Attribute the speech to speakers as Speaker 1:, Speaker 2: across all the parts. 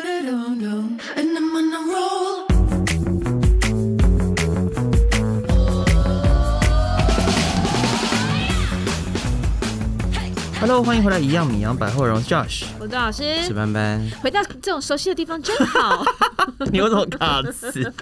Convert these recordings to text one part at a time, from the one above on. Speaker 1: And I'm on a roll.
Speaker 2: Hello，欢迎回来，一样米阳百货人 Josh，
Speaker 3: 我的老
Speaker 2: 史
Speaker 3: 师
Speaker 2: 班班，
Speaker 3: 回到这种熟悉的地方真 好，
Speaker 2: 你有什么卡词？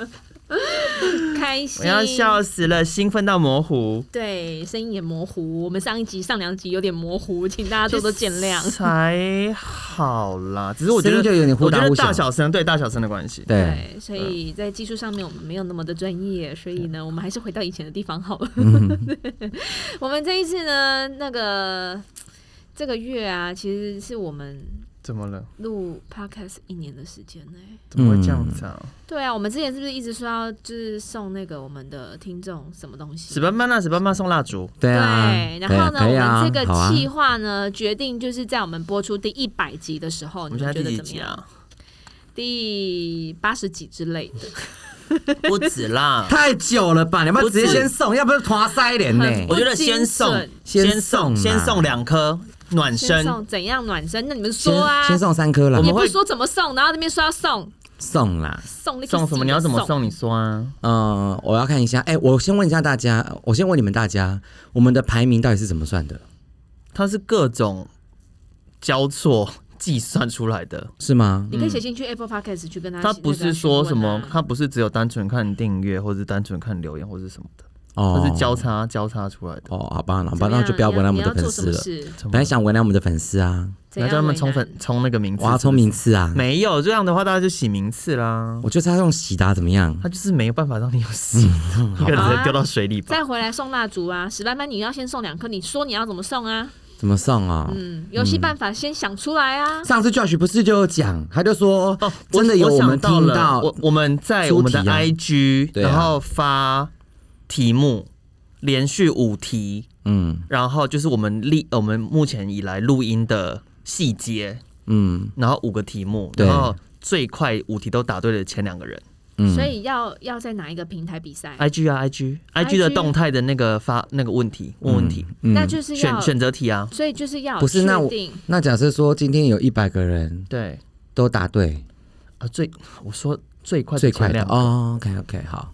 Speaker 3: 开
Speaker 2: 我
Speaker 3: 心。
Speaker 2: 要笑死了，兴奋到模糊，
Speaker 3: 对，声音也模糊。我们上一集、上两集有点模糊，请大家多多见
Speaker 2: 其实
Speaker 3: 谅。
Speaker 2: 才好啦。只是我觉得
Speaker 4: 声音就有点忽
Speaker 2: 我觉
Speaker 4: 大
Speaker 2: 得
Speaker 4: 忽
Speaker 2: 大
Speaker 4: 小
Speaker 2: 小声对大小声的关系。
Speaker 4: 对，
Speaker 3: 对，所以在技术上面我们没有那么的专业，所以呢，我们还是回到以前的地方好了。
Speaker 2: 嗯
Speaker 3: 我们这一次呢，那个这个月啊，其实是我们
Speaker 2: 怎么了？
Speaker 3: 录 podcast 一年的时间呢、
Speaker 2: 怎么会这样子啊？
Speaker 3: 对啊，我们之前是不是一直说要就是送那个我们的听众什么东西？
Speaker 2: 史班班啊，史班班送蜡烛，
Speaker 4: 对啊，
Speaker 3: 对，然后呢，
Speaker 4: 可以啊
Speaker 3: 我们这
Speaker 4: 好
Speaker 3: 个
Speaker 4: 啊，
Speaker 3: 计划呢，决定就是在我们播出第一百集的时候，
Speaker 2: 我
Speaker 3: 你
Speaker 2: 们现在
Speaker 3: 们觉
Speaker 2: 第几
Speaker 3: 得怎么
Speaker 2: 集
Speaker 3: 样？
Speaker 2: 啊？
Speaker 3: 第八十集之类 的，
Speaker 2: 不止啦
Speaker 4: 太久了吧？你要不要直接先送？要不然团塞脸呢？
Speaker 3: 很
Speaker 2: 我觉得
Speaker 3: 不
Speaker 2: 先
Speaker 3: 精
Speaker 2: 送
Speaker 3: 准，
Speaker 2: 先
Speaker 4: 先送
Speaker 2: 送，
Speaker 4: 啦
Speaker 2: 先送两颗暖
Speaker 3: 先
Speaker 2: 身。
Speaker 3: 送怎样暖身？那你们
Speaker 4: 先
Speaker 3: 说啊，
Speaker 4: 先送三颗啦
Speaker 2: 我，
Speaker 3: 也
Speaker 2: 们
Speaker 3: 不
Speaker 2: 会
Speaker 3: 说怎么送，然后那边说要送
Speaker 4: 送啦。
Speaker 3: 送那个
Speaker 2: 送什么？你要怎么？送？你说啊。
Speaker 4: 嗯，我要看一下。哎，我先问一下大家，我先问你们大家，我们的排名到底是怎么算的？
Speaker 2: 它是各种交错计算出来的，
Speaker 4: 是吗？
Speaker 3: 你可以写进去 Apple Podcast 去跟他。
Speaker 2: 它嗯不是
Speaker 3: 啊
Speaker 2: 说什么，
Speaker 3: 他
Speaker 2: 它不是只有单纯看订阅或者是单纯看留言或者什么的，
Speaker 4: 哦
Speaker 2: 它是交叉交叉出来的。
Speaker 4: 哦，好吧，好吧，那就不要为难我们的粉丝了。
Speaker 3: 了。
Speaker 2: 怎么
Speaker 4: 本来想为难我们的粉丝啊，
Speaker 3: 怎
Speaker 2: 你要
Speaker 3: 样
Speaker 2: 叫他们
Speaker 3: 为
Speaker 2: 充
Speaker 3: 难
Speaker 2: 粉充那个名次，
Speaker 4: 我要充名次啊
Speaker 2: 是不是。没有这样的话，大家就洗名次啦。
Speaker 4: 我觉得他用喜达怎么样？
Speaker 2: 他就是没有办法 让你有洗，
Speaker 4: 嗯
Speaker 2: 一个人直接丢到水里吧。
Speaker 3: 再回来送蜡烛啊！史班班，你要先送两颗，你说你要怎么送啊？
Speaker 4: 怎么送啊？
Speaker 3: 嗯，游戏办法先想出来啊！
Speaker 4: 上次 Josh 不是就有讲，他就说
Speaker 2: 哦，我
Speaker 4: 真的有
Speaker 2: 我想
Speaker 4: 们
Speaker 2: 到
Speaker 4: 听
Speaker 2: 了，我我们在我们的
Speaker 4: 出题啊
Speaker 2: IG，
Speaker 4: 对啊
Speaker 2: 然后发题目，连续五题，
Speaker 4: 嗯
Speaker 2: 然后就是我们历呃我们目前以来录音的细节，
Speaker 4: 嗯
Speaker 2: 然后五个题目，
Speaker 4: 对
Speaker 2: 然后最快五题都答对的前两个人
Speaker 4: 嗯，
Speaker 3: 所以要要在哪一个平台比赛？
Speaker 2: ，IG 啊 IG IG 的动态的那个发那个问题问问题，
Speaker 4: 嗯
Speaker 3: 那就是要
Speaker 2: 选，选择题啊，
Speaker 3: 所以就是要
Speaker 4: 不是那
Speaker 3: 确
Speaker 4: 我
Speaker 3: 定
Speaker 4: 那假设说今天有一百个人
Speaker 2: 对
Speaker 4: 都答对，
Speaker 2: 啊最我说最快
Speaker 4: 最快的
Speaker 2: 量
Speaker 4: 哦，OK OK 好。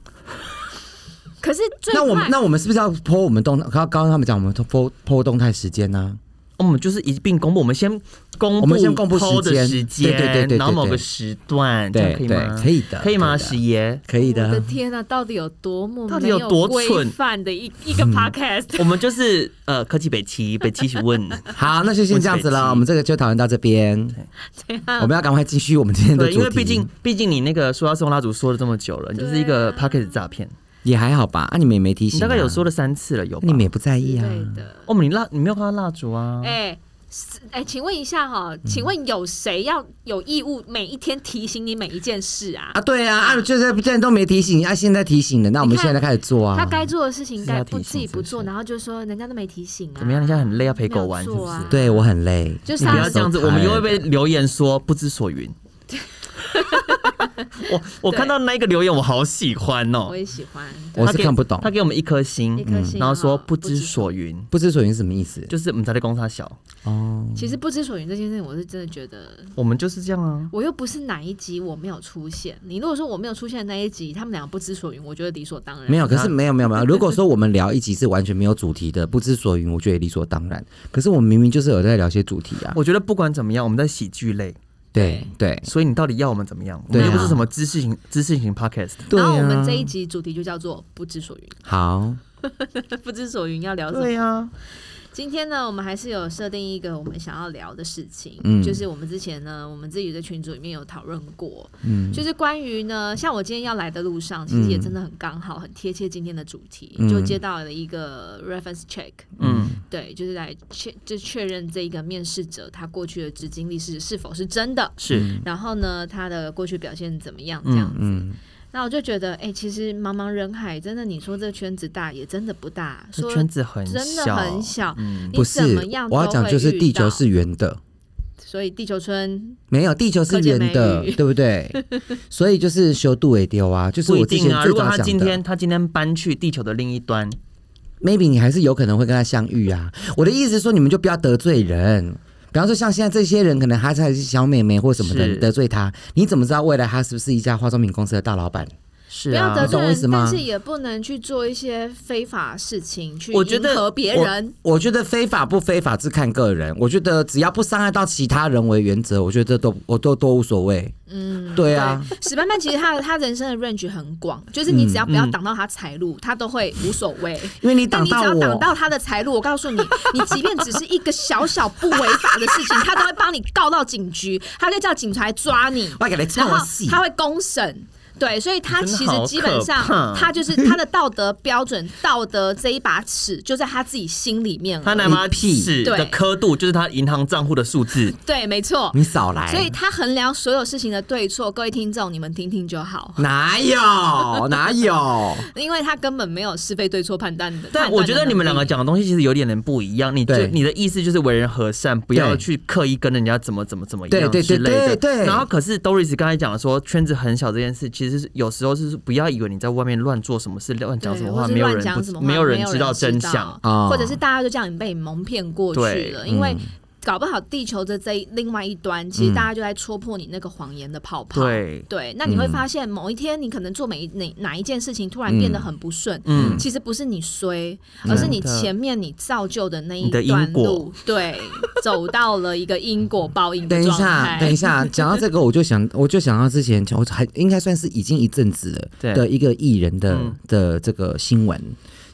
Speaker 3: 可是最
Speaker 4: 那我们
Speaker 3: 快
Speaker 4: 那我们是不是要 PO 我们动刚刚刚他们讲我们 PO PO 动态时间呢、
Speaker 2: 哦我们就是一并公布，我们先公布，
Speaker 4: 我们先公布时间
Speaker 2: 的时间，
Speaker 4: 对对对对对
Speaker 2: 然后某个时段，这样
Speaker 4: 对
Speaker 2: 可以
Speaker 4: 对
Speaker 2: 吗？
Speaker 4: 可以的
Speaker 2: 可以吗？
Speaker 4: 可以的
Speaker 2: 史爷，
Speaker 4: 可以的
Speaker 3: 我的。天呐，到底有多么
Speaker 2: 到底
Speaker 3: 没
Speaker 2: 有
Speaker 3: 有
Speaker 2: 多
Speaker 3: 规
Speaker 2: 蠢嗯
Speaker 3: 范的一一个 podcast？
Speaker 2: 我们就是呃，科技北 齐，北齐去问，
Speaker 4: 好，那就先这样子
Speaker 2: 我是北
Speaker 4: 了。
Speaker 2: 极
Speaker 4: 我们这个就讨论到这边，
Speaker 3: 怎
Speaker 4: 我
Speaker 3: 样？
Speaker 4: 们要赶快继续我们今天的
Speaker 2: 对，
Speaker 4: 主题。
Speaker 2: 因为毕竟毕竟你那个说要送蜡烛说了这么久了，你就是一个
Speaker 3: 对啊
Speaker 2: p a c k e t 诈骗，
Speaker 4: 也还好吧，啊，你们也没提醒、
Speaker 2: 你大概有说，了三次了，有吧
Speaker 4: 你？们也不在
Speaker 3: 之
Speaker 4: 意啊。
Speaker 3: 类的。
Speaker 2: 哦，你蜡你没有看到蜡烛啊？
Speaker 3: 哎是哎，请问一下
Speaker 2: 嗯
Speaker 3: 哈，请问有谁要有义务每一天提醒你每一件事啊
Speaker 4: 啊，？对啊，啊，就是现在都没提醒，啊，现在提醒了，那我们
Speaker 3: 你看
Speaker 4: 现在开始做啊。
Speaker 3: 他该做的事情
Speaker 2: 是要
Speaker 3: 该
Speaker 2: 提
Speaker 3: 不
Speaker 2: 醒
Speaker 3: 自己不做，
Speaker 2: 是不是
Speaker 3: 然后就说人家都没提醒啊。
Speaker 2: 怎么样？你现在很累，要陪狗玩，
Speaker 3: 没
Speaker 2: 是
Speaker 3: 有
Speaker 2: 不
Speaker 3: 做啊
Speaker 2: 是？
Speaker 4: 对我很累，
Speaker 3: 就
Speaker 2: 你
Speaker 3: 上
Speaker 2: 不要这样子，
Speaker 4: So tired
Speaker 2: 我们又会被留言说不知所 云。我我看到那一个留言，我好喜欢哦
Speaker 3: 我。也喜欢，
Speaker 4: 我
Speaker 2: 他
Speaker 4: 是
Speaker 2: 给
Speaker 4: 看不懂
Speaker 2: 他给我们一颗星，嗯
Speaker 3: 一颗星
Speaker 2: 然后说
Speaker 3: 哈
Speaker 2: 不
Speaker 3: 不
Speaker 2: 知
Speaker 3: 知
Speaker 2: 所云，
Speaker 4: 不知所云是什么意思？
Speaker 2: 就是我们在攻他小，
Speaker 4: 哦，
Speaker 3: 其实不知所云这件事情，我是真的觉得，
Speaker 2: 我们就是这样啊。
Speaker 3: 我又不是哪一集我没有出现。你如果说我没有出现的那一集，他们两个不知所云，我觉得理所当
Speaker 2: 嗯
Speaker 3: 然。
Speaker 4: 没有，可是没有没有 没有。如果说我们聊一集是完全没有主题的，不知所云，我觉得也理所当然。可是我们明明就是有在聊些主题啊。
Speaker 2: 我觉得不管怎么样，我们在喜剧类，
Speaker 4: 对对
Speaker 2: 所以你到底要我们怎么样？我
Speaker 4: 对
Speaker 2: 们
Speaker 4: 啊
Speaker 2: 又不是什么知识型知识型 podcast，
Speaker 4: 对
Speaker 3: 然后我
Speaker 4: 啊
Speaker 3: 们这一集主题就叫做“不知所云
Speaker 4: 好，”，
Speaker 3: 不知所云要聊什
Speaker 2: 对啊
Speaker 3: 么？
Speaker 2: 呀，
Speaker 3: 今天呢，我们还是有设定一个我们想要聊的事情，
Speaker 4: 嗯
Speaker 3: 就是我们之前呢，我们自己的群组里面有讨论过，
Speaker 4: 嗯
Speaker 3: 就是关于呢，像我今天要来的路上，其实也真的很刚好，很贴切今天的主题，
Speaker 4: 嗯
Speaker 3: 就接到了一个 reference check，
Speaker 2: 嗯，
Speaker 3: 对，就是来确就确认这一个面试者他过去的职经历是是否是真的，
Speaker 2: 是
Speaker 3: 然后呢，他的过去表现怎么样这样子。
Speaker 4: 嗯，
Speaker 3: 那我就觉得，哎、其实茫茫人海，真的你说这圈子大也真的不大，
Speaker 2: 这
Speaker 3: 说
Speaker 2: 圈子很
Speaker 3: 真的很
Speaker 2: 小，
Speaker 3: 小，
Speaker 2: 嗯，
Speaker 4: 不
Speaker 3: 你
Speaker 4: 是
Speaker 3: 怎么样，都
Speaker 4: 我要讲就是
Speaker 3: 会遇
Speaker 4: 地球
Speaker 3: 到
Speaker 4: 是圆的，
Speaker 3: 所以地球村
Speaker 4: 没有地球是圆
Speaker 3: 柯建
Speaker 4: 的
Speaker 3: 美语，
Speaker 4: 对不对？ 所以就是修度也丢啊，就是
Speaker 2: 不一
Speaker 4: 我之前
Speaker 2: 定啊。
Speaker 4: 最
Speaker 2: 如果
Speaker 4: 早
Speaker 2: 他今
Speaker 4: 讲的
Speaker 2: 天。他今天搬去地球的另一端，
Speaker 4: maybe 你还是有可能会跟他相遇啊。我的意思是说，你们就不要得罪人，比方说像现在这些人，可能她才是小妹妹或什么的，
Speaker 2: 是
Speaker 4: 你得罪她，你怎么知道未来她是不是一家化妆品公司的大老板？
Speaker 2: 是
Speaker 3: 不要得
Speaker 2: 啊
Speaker 4: 你，懂
Speaker 3: 罪
Speaker 4: 我意思
Speaker 3: 人，
Speaker 4: 吗
Speaker 3: 但是也不能去做一些非法事情去
Speaker 2: 我觉得
Speaker 3: 迎合别人。
Speaker 4: 我觉得非法不非法是看个人，我觉得只要不伤害到其他人为原则，我觉得都我都都无所谓。嗯，对啊，嗯
Speaker 3: 对，史班班其实他的他人生的 range 很广，就是你只要不要挡到他财路，他都会无所谓。
Speaker 4: 因为你
Speaker 3: 但
Speaker 4: 挡
Speaker 3: 你只
Speaker 4: 到
Speaker 3: 要挡
Speaker 4: 我，
Speaker 3: 到他的财路，我告诉你， 你即便只是一个小小不违法的事情，他都会帮你告到警局，他会叫警察来抓你。
Speaker 4: 我给你
Speaker 3: 然
Speaker 4: 唱
Speaker 3: 后
Speaker 4: 戏。
Speaker 3: 他会公审。对，所以他
Speaker 2: 真的
Speaker 3: 其
Speaker 2: 好
Speaker 3: 实基本
Speaker 2: 可
Speaker 3: 上
Speaker 2: 怕，
Speaker 3: 他就是他的道德标准、道德这一把尺，就在他自己心里面
Speaker 2: 他
Speaker 3: 了。
Speaker 2: 拿把
Speaker 4: 屁
Speaker 2: 尺的
Speaker 3: 对
Speaker 2: 刻度就是他银行账户的数字。
Speaker 3: 对，没错。
Speaker 4: 你少来！
Speaker 3: 所以他衡量所有事情的对错，各位听众你们听听就好，
Speaker 4: 哪 有哪有？
Speaker 3: 因为他根本没有是非对错判断的。
Speaker 2: 但
Speaker 3: 判断
Speaker 2: 我觉
Speaker 3: 的
Speaker 2: 得你们
Speaker 3: 能
Speaker 2: 两
Speaker 3: 力
Speaker 2: 个讲的东西其实有点点不一样。你就
Speaker 4: 对
Speaker 2: 你的意思就是为人和善，不要
Speaker 4: 对
Speaker 2: 去刻意跟人家怎么怎么怎么
Speaker 4: 对
Speaker 2: 样
Speaker 4: 对
Speaker 2: 之
Speaker 4: 对
Speaker 2: 类的。
Speaker 4: 对对
Speaker 2: 然后可是 Doris 刚才讲说圈子很小这件事，其实是有时候是不要以为你在外面乱做什么事、乱讲什
Speaker 3: 对
Speaker 2: 么
Speaker 3: 或
Speaker 2: 话，
Speaker 3: 是
Speaker 2: 没有
Speaker 3: 乱
Speaker 2: 人
Speaker 3: 讲
Speaker 2: 不
Speaker 3: 什么话
Speaker 2: 没有人
Speaker 3: 知
Speaker 2: 知道真相。啊
Speaker 4: 哦
Speaker 3: 或者是大家就这样被你蒙骗过去
Speaker 2: 对嗯
Speaker 3: 了，因为。搞不好地球的这一另外一端，其实大家就在戳破你那个谎言的泡泡。
Speaker 2: 对嗯
Speaker 3: 那你会发现某一天你可能做每一哪哪一件事情突然变得很不顺，
Speaker 2: 嗯
Speaker 3: 其实不是你衰，而是你前面你造就的那一
Speaker 2: 你的
Speaker 3: 段
Speaker 2: 因
Speaker 3: 路
Speaker 2: 果，
Speaker 3: 对，走到了一个因果报应
Speaker 4: 等
Speaker 3: 的
Speaker 4: 一
Speaker 3: 状
Speaker 4: 下，等一
Speaker 3: 态。
Speaker 4: 下，讲到这个，我就想， 我就想到之前，我还应该算是已经一阵子了
Speaker 2: 对
Speaker 4: 的一个艺人的
Speaker 2: 嗯
Speaker 4: 的这个新闻，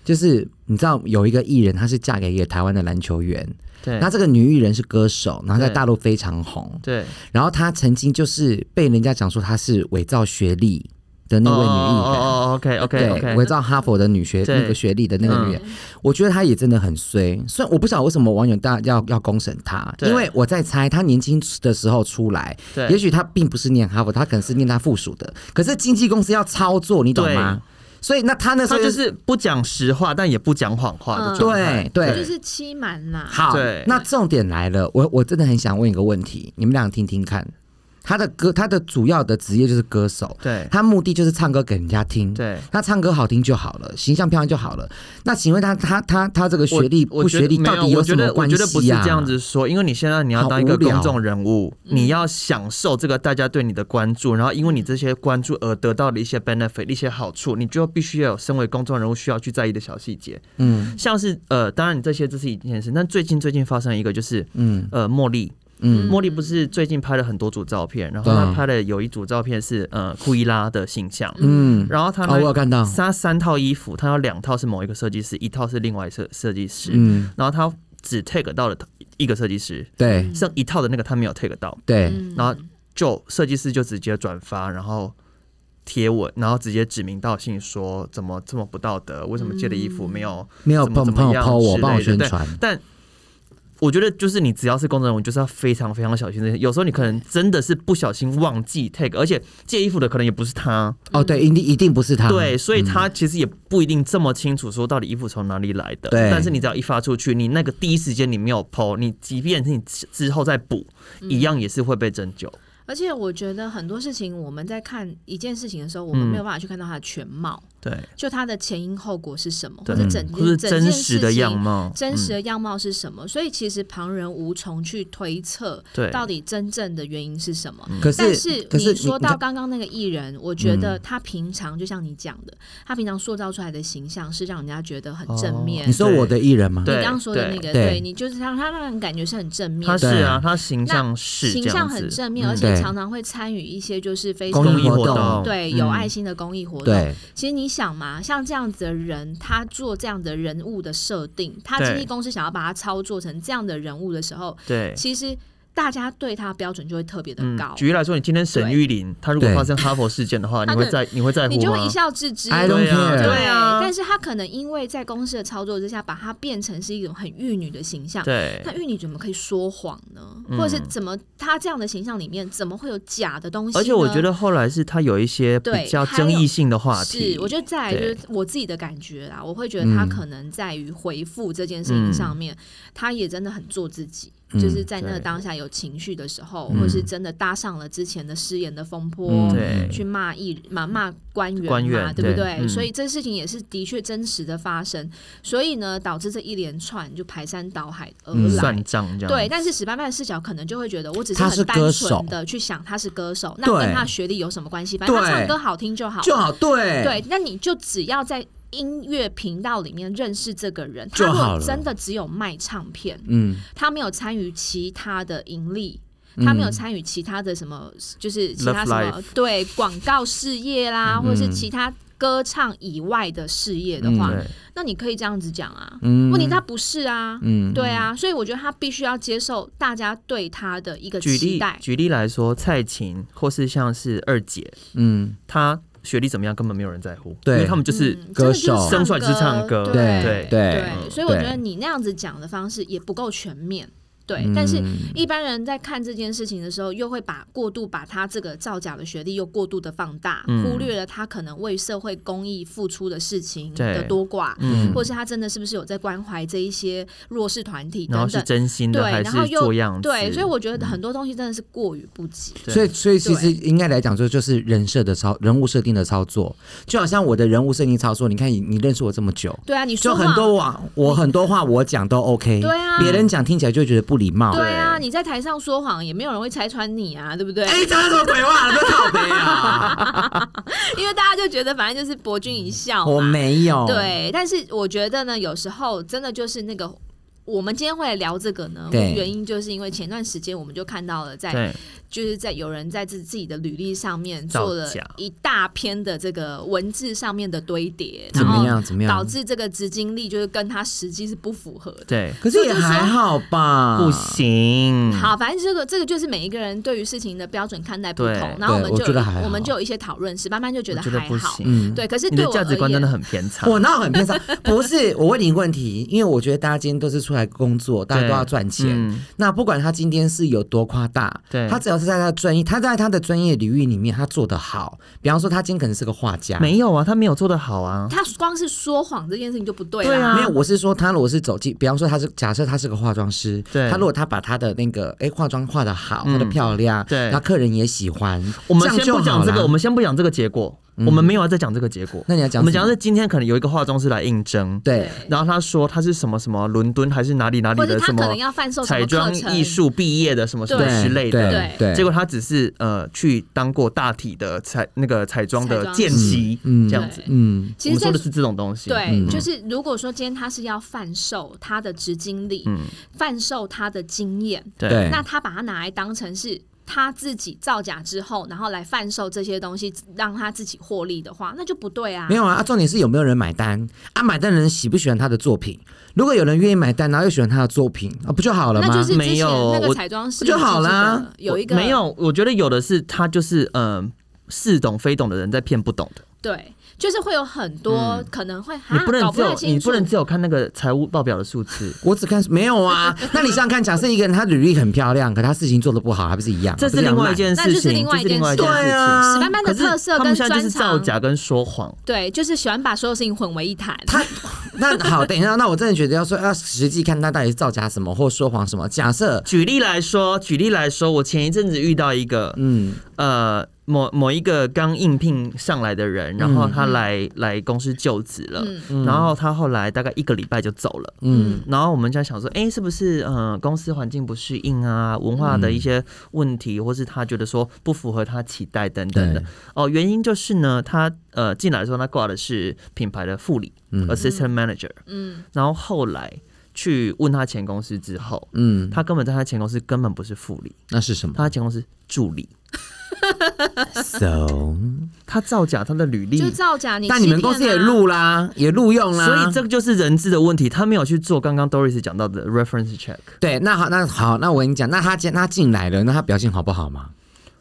Speaker 4: 就是你知道有一个艺人，她是嫁给一个台湾的篮球员，
Speaker 2: 对
Speaker 4: 那这个女艺人是歌手，然后在
Speaker 2: 对
Speaker 4: 大陆非常红，
Speaker 2: 对，
Speaker 4: 然后她曾经就是被人家讲说她是伪造学历的那位女艺人。
Speaker 2: 哦，OK OK
Speaker 4: 对，伪
Speaker 2: OK，
Speaker 4: 造哈佛的女学
Speaker 2: 对
Speaker 4: 那个学历的那个女人，
Speaker 3: 嗯
Speaker 4: 我觉得她也真的很衰。虽然我不晓得为什么网友大要要公审她，
Speaker 2: 对
Speaker 4: 因为我在猜她年轻的时候出来，
Speaker 2: 对
Speaker 4: 也许她并不是念哈佛，她可能是念她附属的。可是经纪公司要操作，你懂吗？所以那她那时
Speaker 2: 他
Speaker 4: 候
Speaker 2: 就是嗯不讲实话，但也不讲谎话的状态。
Speaker 4: 对对
Speaker 3: 这就是欺瞒啦。
Speaker 4: 好
Speaker 2: 对，
Speaker 4: 那重点来了，我我真的很想问一个问题，你们俩听听看。他的歌，他的主要的职业就是歌手，
Speaker 2: 对
Speaker 4: 他目的就是唱歌给人家听，
Speaker 2: 对
Speaker 4: 他唱歌好听就好了，形象漂亮就好了。那请问他，他他他这个学历
Speaker 2: 我
Speaker 4: 不学历到底
Speaker 2: 我觉
Speaker 4: 什
Speaker 2: 得没
Speaker 4: 么
Speaker 2: 有我
Speaker 4: 关
Speaker 2: 觉得我觉得不是
Speaker 4: 系啊呀、
Speaker 2: 这样子说，因为你现在你要当一
Speaker 4: 好
Speaker 2: 个
Speaker 4: 无聊
Speaker 2: 公众人物，你要享受这个大家对你的关注，然后因为你这些关注而得到的一些 benefit、一些好处，你就必须要有身为公众人物需要去在意的小细节，
Speaker 4: 嗯
Speaker 2: 像是呃，当然你这些这是一件事，但最近最近发生一个就是
Speaker 4: 嗯
Speaker 2: 呃，茉莉。
Speaker 4: 嗯
Speaker 2: 茉莉不是最近拍了很多组照片，然后
Speaker 4: 对
Speaker 2: 她拍的有一组照片是呃库伊拉的形象，
Speaker 4: 嗯，
Speaker 2: 然后她
Speaker 4: 哦，我有看到，
Speaker 2: 她三套衣服，她有两套是某一个设计师，一套是另外设设计师，
Speaker 4: 嗯，
Speaker 2: 然后他只 take 到了一个设计师，
Speaker 4: 对
Speaker 2: 剩一套的那个他没有 take 到，
Speaker 4: 对，
Speaker 3: 嗯
Speaker 2: 然后就设计师就直接转发，然后贴文，然后直接指名道姓说怎么这么不道德，为什么借的衣服没有
Speaker 4: 嗯没有
Speaker 2: 怎么
Speaker 4: 帮
Speaker 2: 怎
Speaker 4: 帮
Speaker 2: 么
Speaker 4: 我
Speaker 2: 样
Speaker 4: po 我，帮我
Speaker 2: 之类
Speaker 4: 宣
Speaker 2: 的
Speaker 4: 传，
Speaker 2: 对但。我觉得就是你只要是工作人员，你就是要非常非常小心这些。有时候你可能真的是不小心忘记 take，而且借衣服的可能也不是他，
Speaker 3: 嗯
Speaker 4: 哦，对，一定一定不是他，
Speaker 2: 对，所以他其实也不一定这么清楚说到底衣服从哪里来的。
Speaker 4: 对
Speaker 2: 但是你只要一发出去，你那个第一时间你没有剖，你即便是你之之后再补，
Speaker 3: 嗯
Speaker 2: 一样也是会被针灸。
Speaker 3: 而且我觉得很多事情，我们在看一件事情的时候，我们
Speaker 2: 嗯
Speaker 3: 没有办法去看到它的全貌，
Speaker 2: 对，
Speaker 3: 就它的前因后果是什么，或
Speaker 2: 对
Speaker 3: 者
Speaker 4: 嗯
Speaker 3: 整
Speaker 2: 嗯或是
Speaker 3: 整
Speaker 2: 真
Speaker 3: 件
Speaker 2: 实
Speaker 3: 事
Speaker 2: 的
Speaker 3: 情
Speaker 2: 样貌，
Speaker 3: 真
Speaker 2: 嗯
Speaker 3: 实的样貌是什么。所以其实旁人无从去推测
Speaker 2: 嗯对嗯
Speaker 3: 到底真正的原因是什么。
Speaker 4: 可
Speaker 3: 但
Speaker 4: 是
Speaker 3: 是
Speaker 4: 可
Speaker 3: 你
Speaker 4: 是
Speaker 3: 说
Speaker 4: 你看
Speaker 3: 到刚刚那个艺人，我觉
Speaker 2: 嗯
Speaker 3: 得他平常就像你讲的，他平常塑造出来的形象是让人家觉得很正
Speaker 2: 哦
Speaker 3: 面
Speaker 4: 你。说我的艺人吗？
Speaker 2: 对
Speaker 3: 你刚刚说的那个，
Speaker 4: 对
Speaker 3: 对你就是让他让人感觉是很正面
Speaker 2: 他
Speaker 3: 的，
Speaker 2: 是
Speaker 4: 对
Speaker 2: 啊，他形象是
Speaker 3: 形
Speaker 2: 这样
Speaker 3: 象
Speaker 2: 子
Speaker 3: 很正
Speaker 2: 嗯
Speaker 3: 面，而且
Speaker 4: 对
Speaker 3: 常常会参与一些就是非常
Speaker 4: 公
Speaker 2: 公益
Speaker 4: 益活
Speaker 2: 活
Speaker 4: 动
Speaker 2: 动，嗯
Speaker 3: 对有爱心的公益活动。
Speaker 4: 对，
Speaker 3: 其实你想嘛，像这样子的人，他做这样的人物的设定，他经纪
Speaker 2: 对
Speaker 3: 公司想要把他操作成这样的人物的时候，
Speaker 2: 对。
Speaker 3: 其实大家对他标准就会特别的
Speaker 2: 嗯
Speaker 3: 高，，
Speaker 2: 举例来说，你今天沈玉琳，她如果
Speaker 4: 对
Speaker 2: 发生哈佛事件的话，
Speaker 3: 她
Speaker 2: 你会
Speaker 3: 可
Speaker 2: 在你会在乎
Speaker 3: 你就会
Speaker 2: 吗
Speaker 3: 一？笑置之。
Speaker 4: I
Speaker 2: 对
Speaker 3: 对
Speaker 4: don't
Speaker 2: 啊
Speaker 4: care，
Speaker 2: 对啊
Speaker 3: 但是他可能因为在公司的操作之下，把他变成是一种很玉女的形象，
Speaker 2: 对
Speaker 3: 那玉女怎么可以说谎呢？
Speaker 2: 嗯
Speaker 3: 或者是怎么她这样的形象里面怎么会有假的东西呢？
Speaker 2: 而且我觉得后来是她有一些
Speaker 3: 对
Speaker 2: 比较
Speaker 3: 还有
Speaker 2: 争议性的话题，
Speaker 3: 是，我觉得再来就是我自己的感觉啦，我会觉得她可能在于回复这件事情上面，她也真的很做自己。就是在那个
Speaker 2: 对
Speaker 3: 当下有情绪的时候，或是真的搭上了之前的失言的风波，
Speaker 4: 嗯
Speaker 2: 对
Speaker 3: 去骂艺嘛骂官员嘛，
Speaker 2: 官员
Speaker 3: 对不
Speaker 2: 对
Speaker 3: 对？
Speaker 2: 嗯
Speaker 3: 所以这事情也是的确真实的发生，所以呢，导致这一连串就排山倒海而
Speaker 4: 嗯
Speaker 3: 来。
Speaker 2: 算账这样。
Speaker 3: 对，，但是史班班的视角可能就会觉得，我只
Speaker 4: 他是
Speaker 3: 很
Speaker 4: 歌
Speaker 3: 单
Speaker 4: 手
Speaker 3: 纯的去想他是歌手，那
Speaker 4: 对
Speaker 3: 跟他学历有什么关系？反正他
Speaker 4: 对
Speaker 3: 唱歌好听就好，
Speaker 4: 就好对
Speaker 3: 对，那你就只要在音乐频道里面认识这个人，
Speaker 4: 就
Speaker 3: 他如
Speaker 4: 好
Speaker 3: 果
Speaker 4: 了
Speaker 3: 真的只有卖唱片，
Speaker 4: 嗯，
Speaker 3: 他没有参与其他的盈利。他
Speaker 4: 嗯
Speaker 3: 没有参与其他的什么，就是其他
Speaker 2: Love
Speaker 3: 什么对广告事业啦，或者是
Speaker 4: 嗯
Speaker 3: 其他歌唱以外的事业的话，
Speaker 2: 对，
Speaker 3: 那你可以这样子讲啊。
Speaker 4: 嗯
Speaker 3: 问题他不是啊，
Speaker 4: 嗯
Speaker 3: 对啊，所以我觉得他必须要接受大家对他的一个
Speaker 2: 举
Speaker 3: 期
Speaker 2: 例
Speaker 3: 待。
Speaker 2: 举例来说，蔡琴或是像是二姐，
Speaker 4: 嗯
Speaker 2: 她学历怎么样，根本没有人在乎，
Speaker 4: 对
Speaker 2: 因为他们就是
Speaker 3: 嗯真的就
Speaker 4: 歌
Speaker 3: 是
Speaker 4: 手
Speaker 2: 生出来就是唱歌
Speaker 3: 对
Speaker 2: 对
Speaker 4: 对
Speaker 3: 对，所以我
Speaker 4: 对
Speaker 3: 觉得你那样子讲的方式也不够全面。对，
Speaker 2: 嗯
Speaker 3: 但是一般人在看这件事情的时候，又会把过度把他这个造假的学历又过度的放大，
Speaker 2: 嗯
Speaker 3: 忽略了他可能为社会公益付出的事情
Speaker 2: 对
Speaker 3: 的多寡，
Speaker 2: 嗯，
Speaker 3: 或是他真的是不是有在关怀这一些弱势团体
Speaker 2: 然后
Speaker 3: 等
Speaker 2: 是
Speaker 3: 等。
Speaker 2: 真心
Speaker 3: 对
Speaker 2: 的，还
Speaker 3: 然后
Speaker 2: 是
Speaker 3: 又
Speaker 2: 做样子？嗯
Speaker 3: 对，所以我觉得很多东西真的是过于不及。
Speaker 2: 对
Speaker 4: 所以，所以其实
Speaker 3: 对
Speaker 4: 应该来讲，就就是人设的操，人物设定的操作，就好像我的人物设定操作，你看你你认识我这么久，
Speaker 3: 对啊，你
Speaker 4: 就
Speaker 3: 说
Speaker 4: 很
Speaker 3: 谎
Speaker 4: 多话，我很多话我讲都 OK，
Speaker 3: 对啊
Speaker 4: 别人讲听起来就觉得不礼貌，
Speaker 3: 对啊，
Speaker 2: 对
Speaker 3: 你在台上说谎，也没有人会拆穿你啊，对不对？
Speaker 4: 哎，讲什么鬼话？不要靠背啊！
Speaker 3: 因为大家就觉得反正就是博君一笑嘛。
Speaker 4: 我没有，，
Speaker 3: 对，但是我觉得呢，有时候真的就是那个。我们今天会来聊这个呢，
Speaker 4: 对
Speaker 3: 原因就是因为前段时间我们就看到了在，
Speaker 2: 对
Speaker 3: 就是在有人在自自己的履历上面
Speaker 2: 造
Speaker 3: 做了
Speaker 2: 假
Speaker 3: 一大篇的这个文字上面的堆叠，
Speaker 4: 怎
Speaker 3: 然
Speaker 4: 么
Speaker 3: 后
Speaker 4: 样？怎么样？
Speaker 3: 导致这个执经历就是跟他实际是不符合的。
Speaker 2: 对，
Speaker 4: 可是也还好吧，
Speaker 2: 不行，
Speaker 3: 啊好，反正这个这个就是每一个人对于事情的标准看待不
Speaker 2: 对
Speaker 3: 同，然后我
Speaker 4: 对
Speaker 3: 们
Speaker 4: 我
Speaker 3: 就
Speaker 4: 觉得
Speaker 3: 有
Speaker 4: 还
Speaker 3: 我们
Speaker 4: 好
Speaker 3: 就有一些讨论，史班班就觉
Speaker 2: 我
Speaker 3: 得
Speaker 2: 觉得
Speaker 3: 还
Speaker 2: 不
Speaker 3: 好，
Speaker 2: 行。
Speaker 4: 嗯，
Speaker 3: 对，可是
Speaker 2: 你
Speaker 3: 对
Speaker 2: 的
Speaker 3: 我
Speaker 2: 价值
Speaker 3: 而
Speaker 2: 观真
Speaker 3: 言
Speaker 2: 的很偏差，嗯
Speaker 4: 我那很偏上，不是我问你一个问题，因为我觉得大家今天都是出来工作，大家都要赚钱。
Speaker 2: 嗯
Speaker 4: 那不管他今天是有多夸大，
Speaker 2: 对
Speaker 4: 他只要是在他的专业，他在他的专业领域里面他做得好，比方说他今天可能是个画家，
Speaker 2: 没有啊，他没有做的好啊，
Speaker 3: 他光是说谎这件事情就不对
Speaker 2: 对
Speaker 3: 啦
Speaker 2: 啊
Speaker 4: 没有，我是说他如果是走进，比方说他是假设他是个化妆师，
Speaker 2: 对
Speaker 4: 他如果他把他的那个哎化妆化的好，
Speaker 2: 嗯
Speaker 4: 化的漂亮，
Speaker 2: 对
Speaker 4: 然后客人也喜欢，
Speaker 2: 我们
Speaker 4: 这样
Speaker 2: 先
Speaker 4: 就
Speaker 2: 不讲
Speaker 4: 好
Speaker 2: 这个，
Speaker 4: 啦
Speaker 2: 我们先不讲这个结果，我们没有要再讲这个结果。
Speaker 4: 那你要讲
Speaker 2: 我们
Speaker 4: 什
Speaker 2: 讲
Speaker 4: 么
Speaker 2: 的是今天可能有一个化妆师来应征，
Speaker 4: 对，
Speaker 2: 然后他说他是什么什么伦敦还是哪里哪里
Speaker 3: 或者
Speaker 2: 的
Speaker 3: 他
Speaker 2: 什
Speaker 3: 可
Speaker 2: 么
Speaker 3: 能要贩售什
Speaker 2: 彩
Speaker 3: 么课
Speaker 2: 妆
Speaker 3: 程
Speaker 2: 艺术毕业的什么什么
Speaker 3: 对
Speaker 2: 之类的。
Speaker 4: 对对，
Speaker 2: 结果他只是呃去当过大体的彩那个彩妆
Speaker 3: 彩
Speaker 2: 的
Speaker 3: 妆
Speaker 2: 见习，
Speaker 4: 嗯
Speaker 2: 这样子。
Speaker 4: 嗯
Speaker 2: 我
Speaker 3: 其
Speaker 2: 们
Speaker 3: 实在
Speaker 2: 说的是这种东西。
Speaker 3: 对，就是如果说今天他是要贩售他的职经历，贩售他的经验，
Speaker 4: 对，
Speaker 3: 嗯那他把它拿来当成是他自己造假之后，然后来贩售这些东西，让他自己获利的话，那就不对啊。
Speaker 4: 没有啊，啊重点是有没有人买单啊？买单的人喜不喜欢他的作品？如果有人愿意买单，然后又喜欢他的作品，啊，不就好了
Speaker 3: 那
Speaker 4: 吗？
Speaker 3: 就是之
Speaker 2: 没
Speaker 3: 前
Speaker 2: 有
Speaker 3: 那个
Speaker 2: 我
Speaker 3: 彩妆师
Speaker 4: 就好啦
Speaker 3: 你记不记得有一个
Speaker 2: 我没有，我觉得有的是他就是嗯、呃似懂非懂的人在骗不懂的。
Speaker 3: 对，就是会有很多可能会
Speaker 2: 你
Speaker 3: 哈
Speaker 2: 不能
Speaker 3: 搞
Speaker 2: 只
Speaker 3: 嗯不
Speaker 2: 有
Speaker 3: 太清
Speaker 2: 你
Speaker 3: 楚
Speaker 2: 不，能只有看那个财务报表的数字，
Speaker 4: 我只看没有啊，那你想想看，假设一个人他履历很漂亮，可他事情做的不好，还不是一样？
Speaker 2: 这
Speaker 4: 还不
Speaker 2: 是另
Speaker 4: 两
Speaker 2: 外
Speaker 4: 烂
Speaker 2: 一件
Speaker 3: 那
Speaker 2: 事
Speaker 3: 就是
Speaker 2: 情，
Speaker 3: 另
Speaker 2: 这
Speaker 3: 外
Speaker 2: 是
Speaker 3: 一
Speaker 2: 另
Speaker 3: 件
Speaker 2: 外一
Speaker 3: 事
Speaker 2: 件
Speaker 3: 情
Speaker 4: 对
Speaker 2: 事情。
Speaker 4: 啊
Speaker 3: 史，班班的
Speaker 2: 可是
Speaker 3: 特色
Speaker 2: 他
Speaker 3: 跟
Speaker 2: 们现在就是
Speaker 3: 专
Speaker 2: 造
Speaker 3: 长，啊
Speaker 2: 假跟说谎，
Speaker 3: 对，就是喜欢把所有事情混为一谈。
Speaker 4: 他那好，等一下，那我真的觉得要说要实际看他到底是造假什么或说谎什么。假设，
Speaker 2: 举例来说，举例来说，我前一阵子遇到一个，
Speaker 4: 嗯
Speaker 2: 呃，某某一个刚应聘上来的人，
Speaker 4: 嗯
Speaker 2: 然后他来、来公司就职了，然后他后来大概一个礼拜就走了。
Speaker 4: 嗯，
Speaker 2: 然后我们就在想说，哎、是不是嗯、呃公司环境不适应啊，文化的一
Speaker 4: 嗯
Speaker 2: 些问题，或是他觉得说不符合他期待等等的
Speaker 4: 对。
Speaker 2: 哦，原因就是呢，他呃进来的时候他挂的是品牌的副理、a s s i s t a n t manager，
Speaker 3: 嗯，
Speaker 2: 然后后来去问他前公司之后，
Speaker 4: 嗯，
Speaker 2: 他根本在他前公司根本不是副理，
Speaker 4: 那是什么
Speaker 2: 他在前公司助理，
Speaker 4: ？So，
Speaker 2: 他造假他的履历
Speaker 3: 就。啊造假你、
Speaker 4: 但你们公司也，录啦，也录用啦，
Speaker 2: 啊所以这个就是人质的问题，他没有去做刚刚 Doris 讲到的 reference check。
Speaker 4: 对，那好，那好，那我跟你讲，那他进那他进来了，那他表现好不好嘛？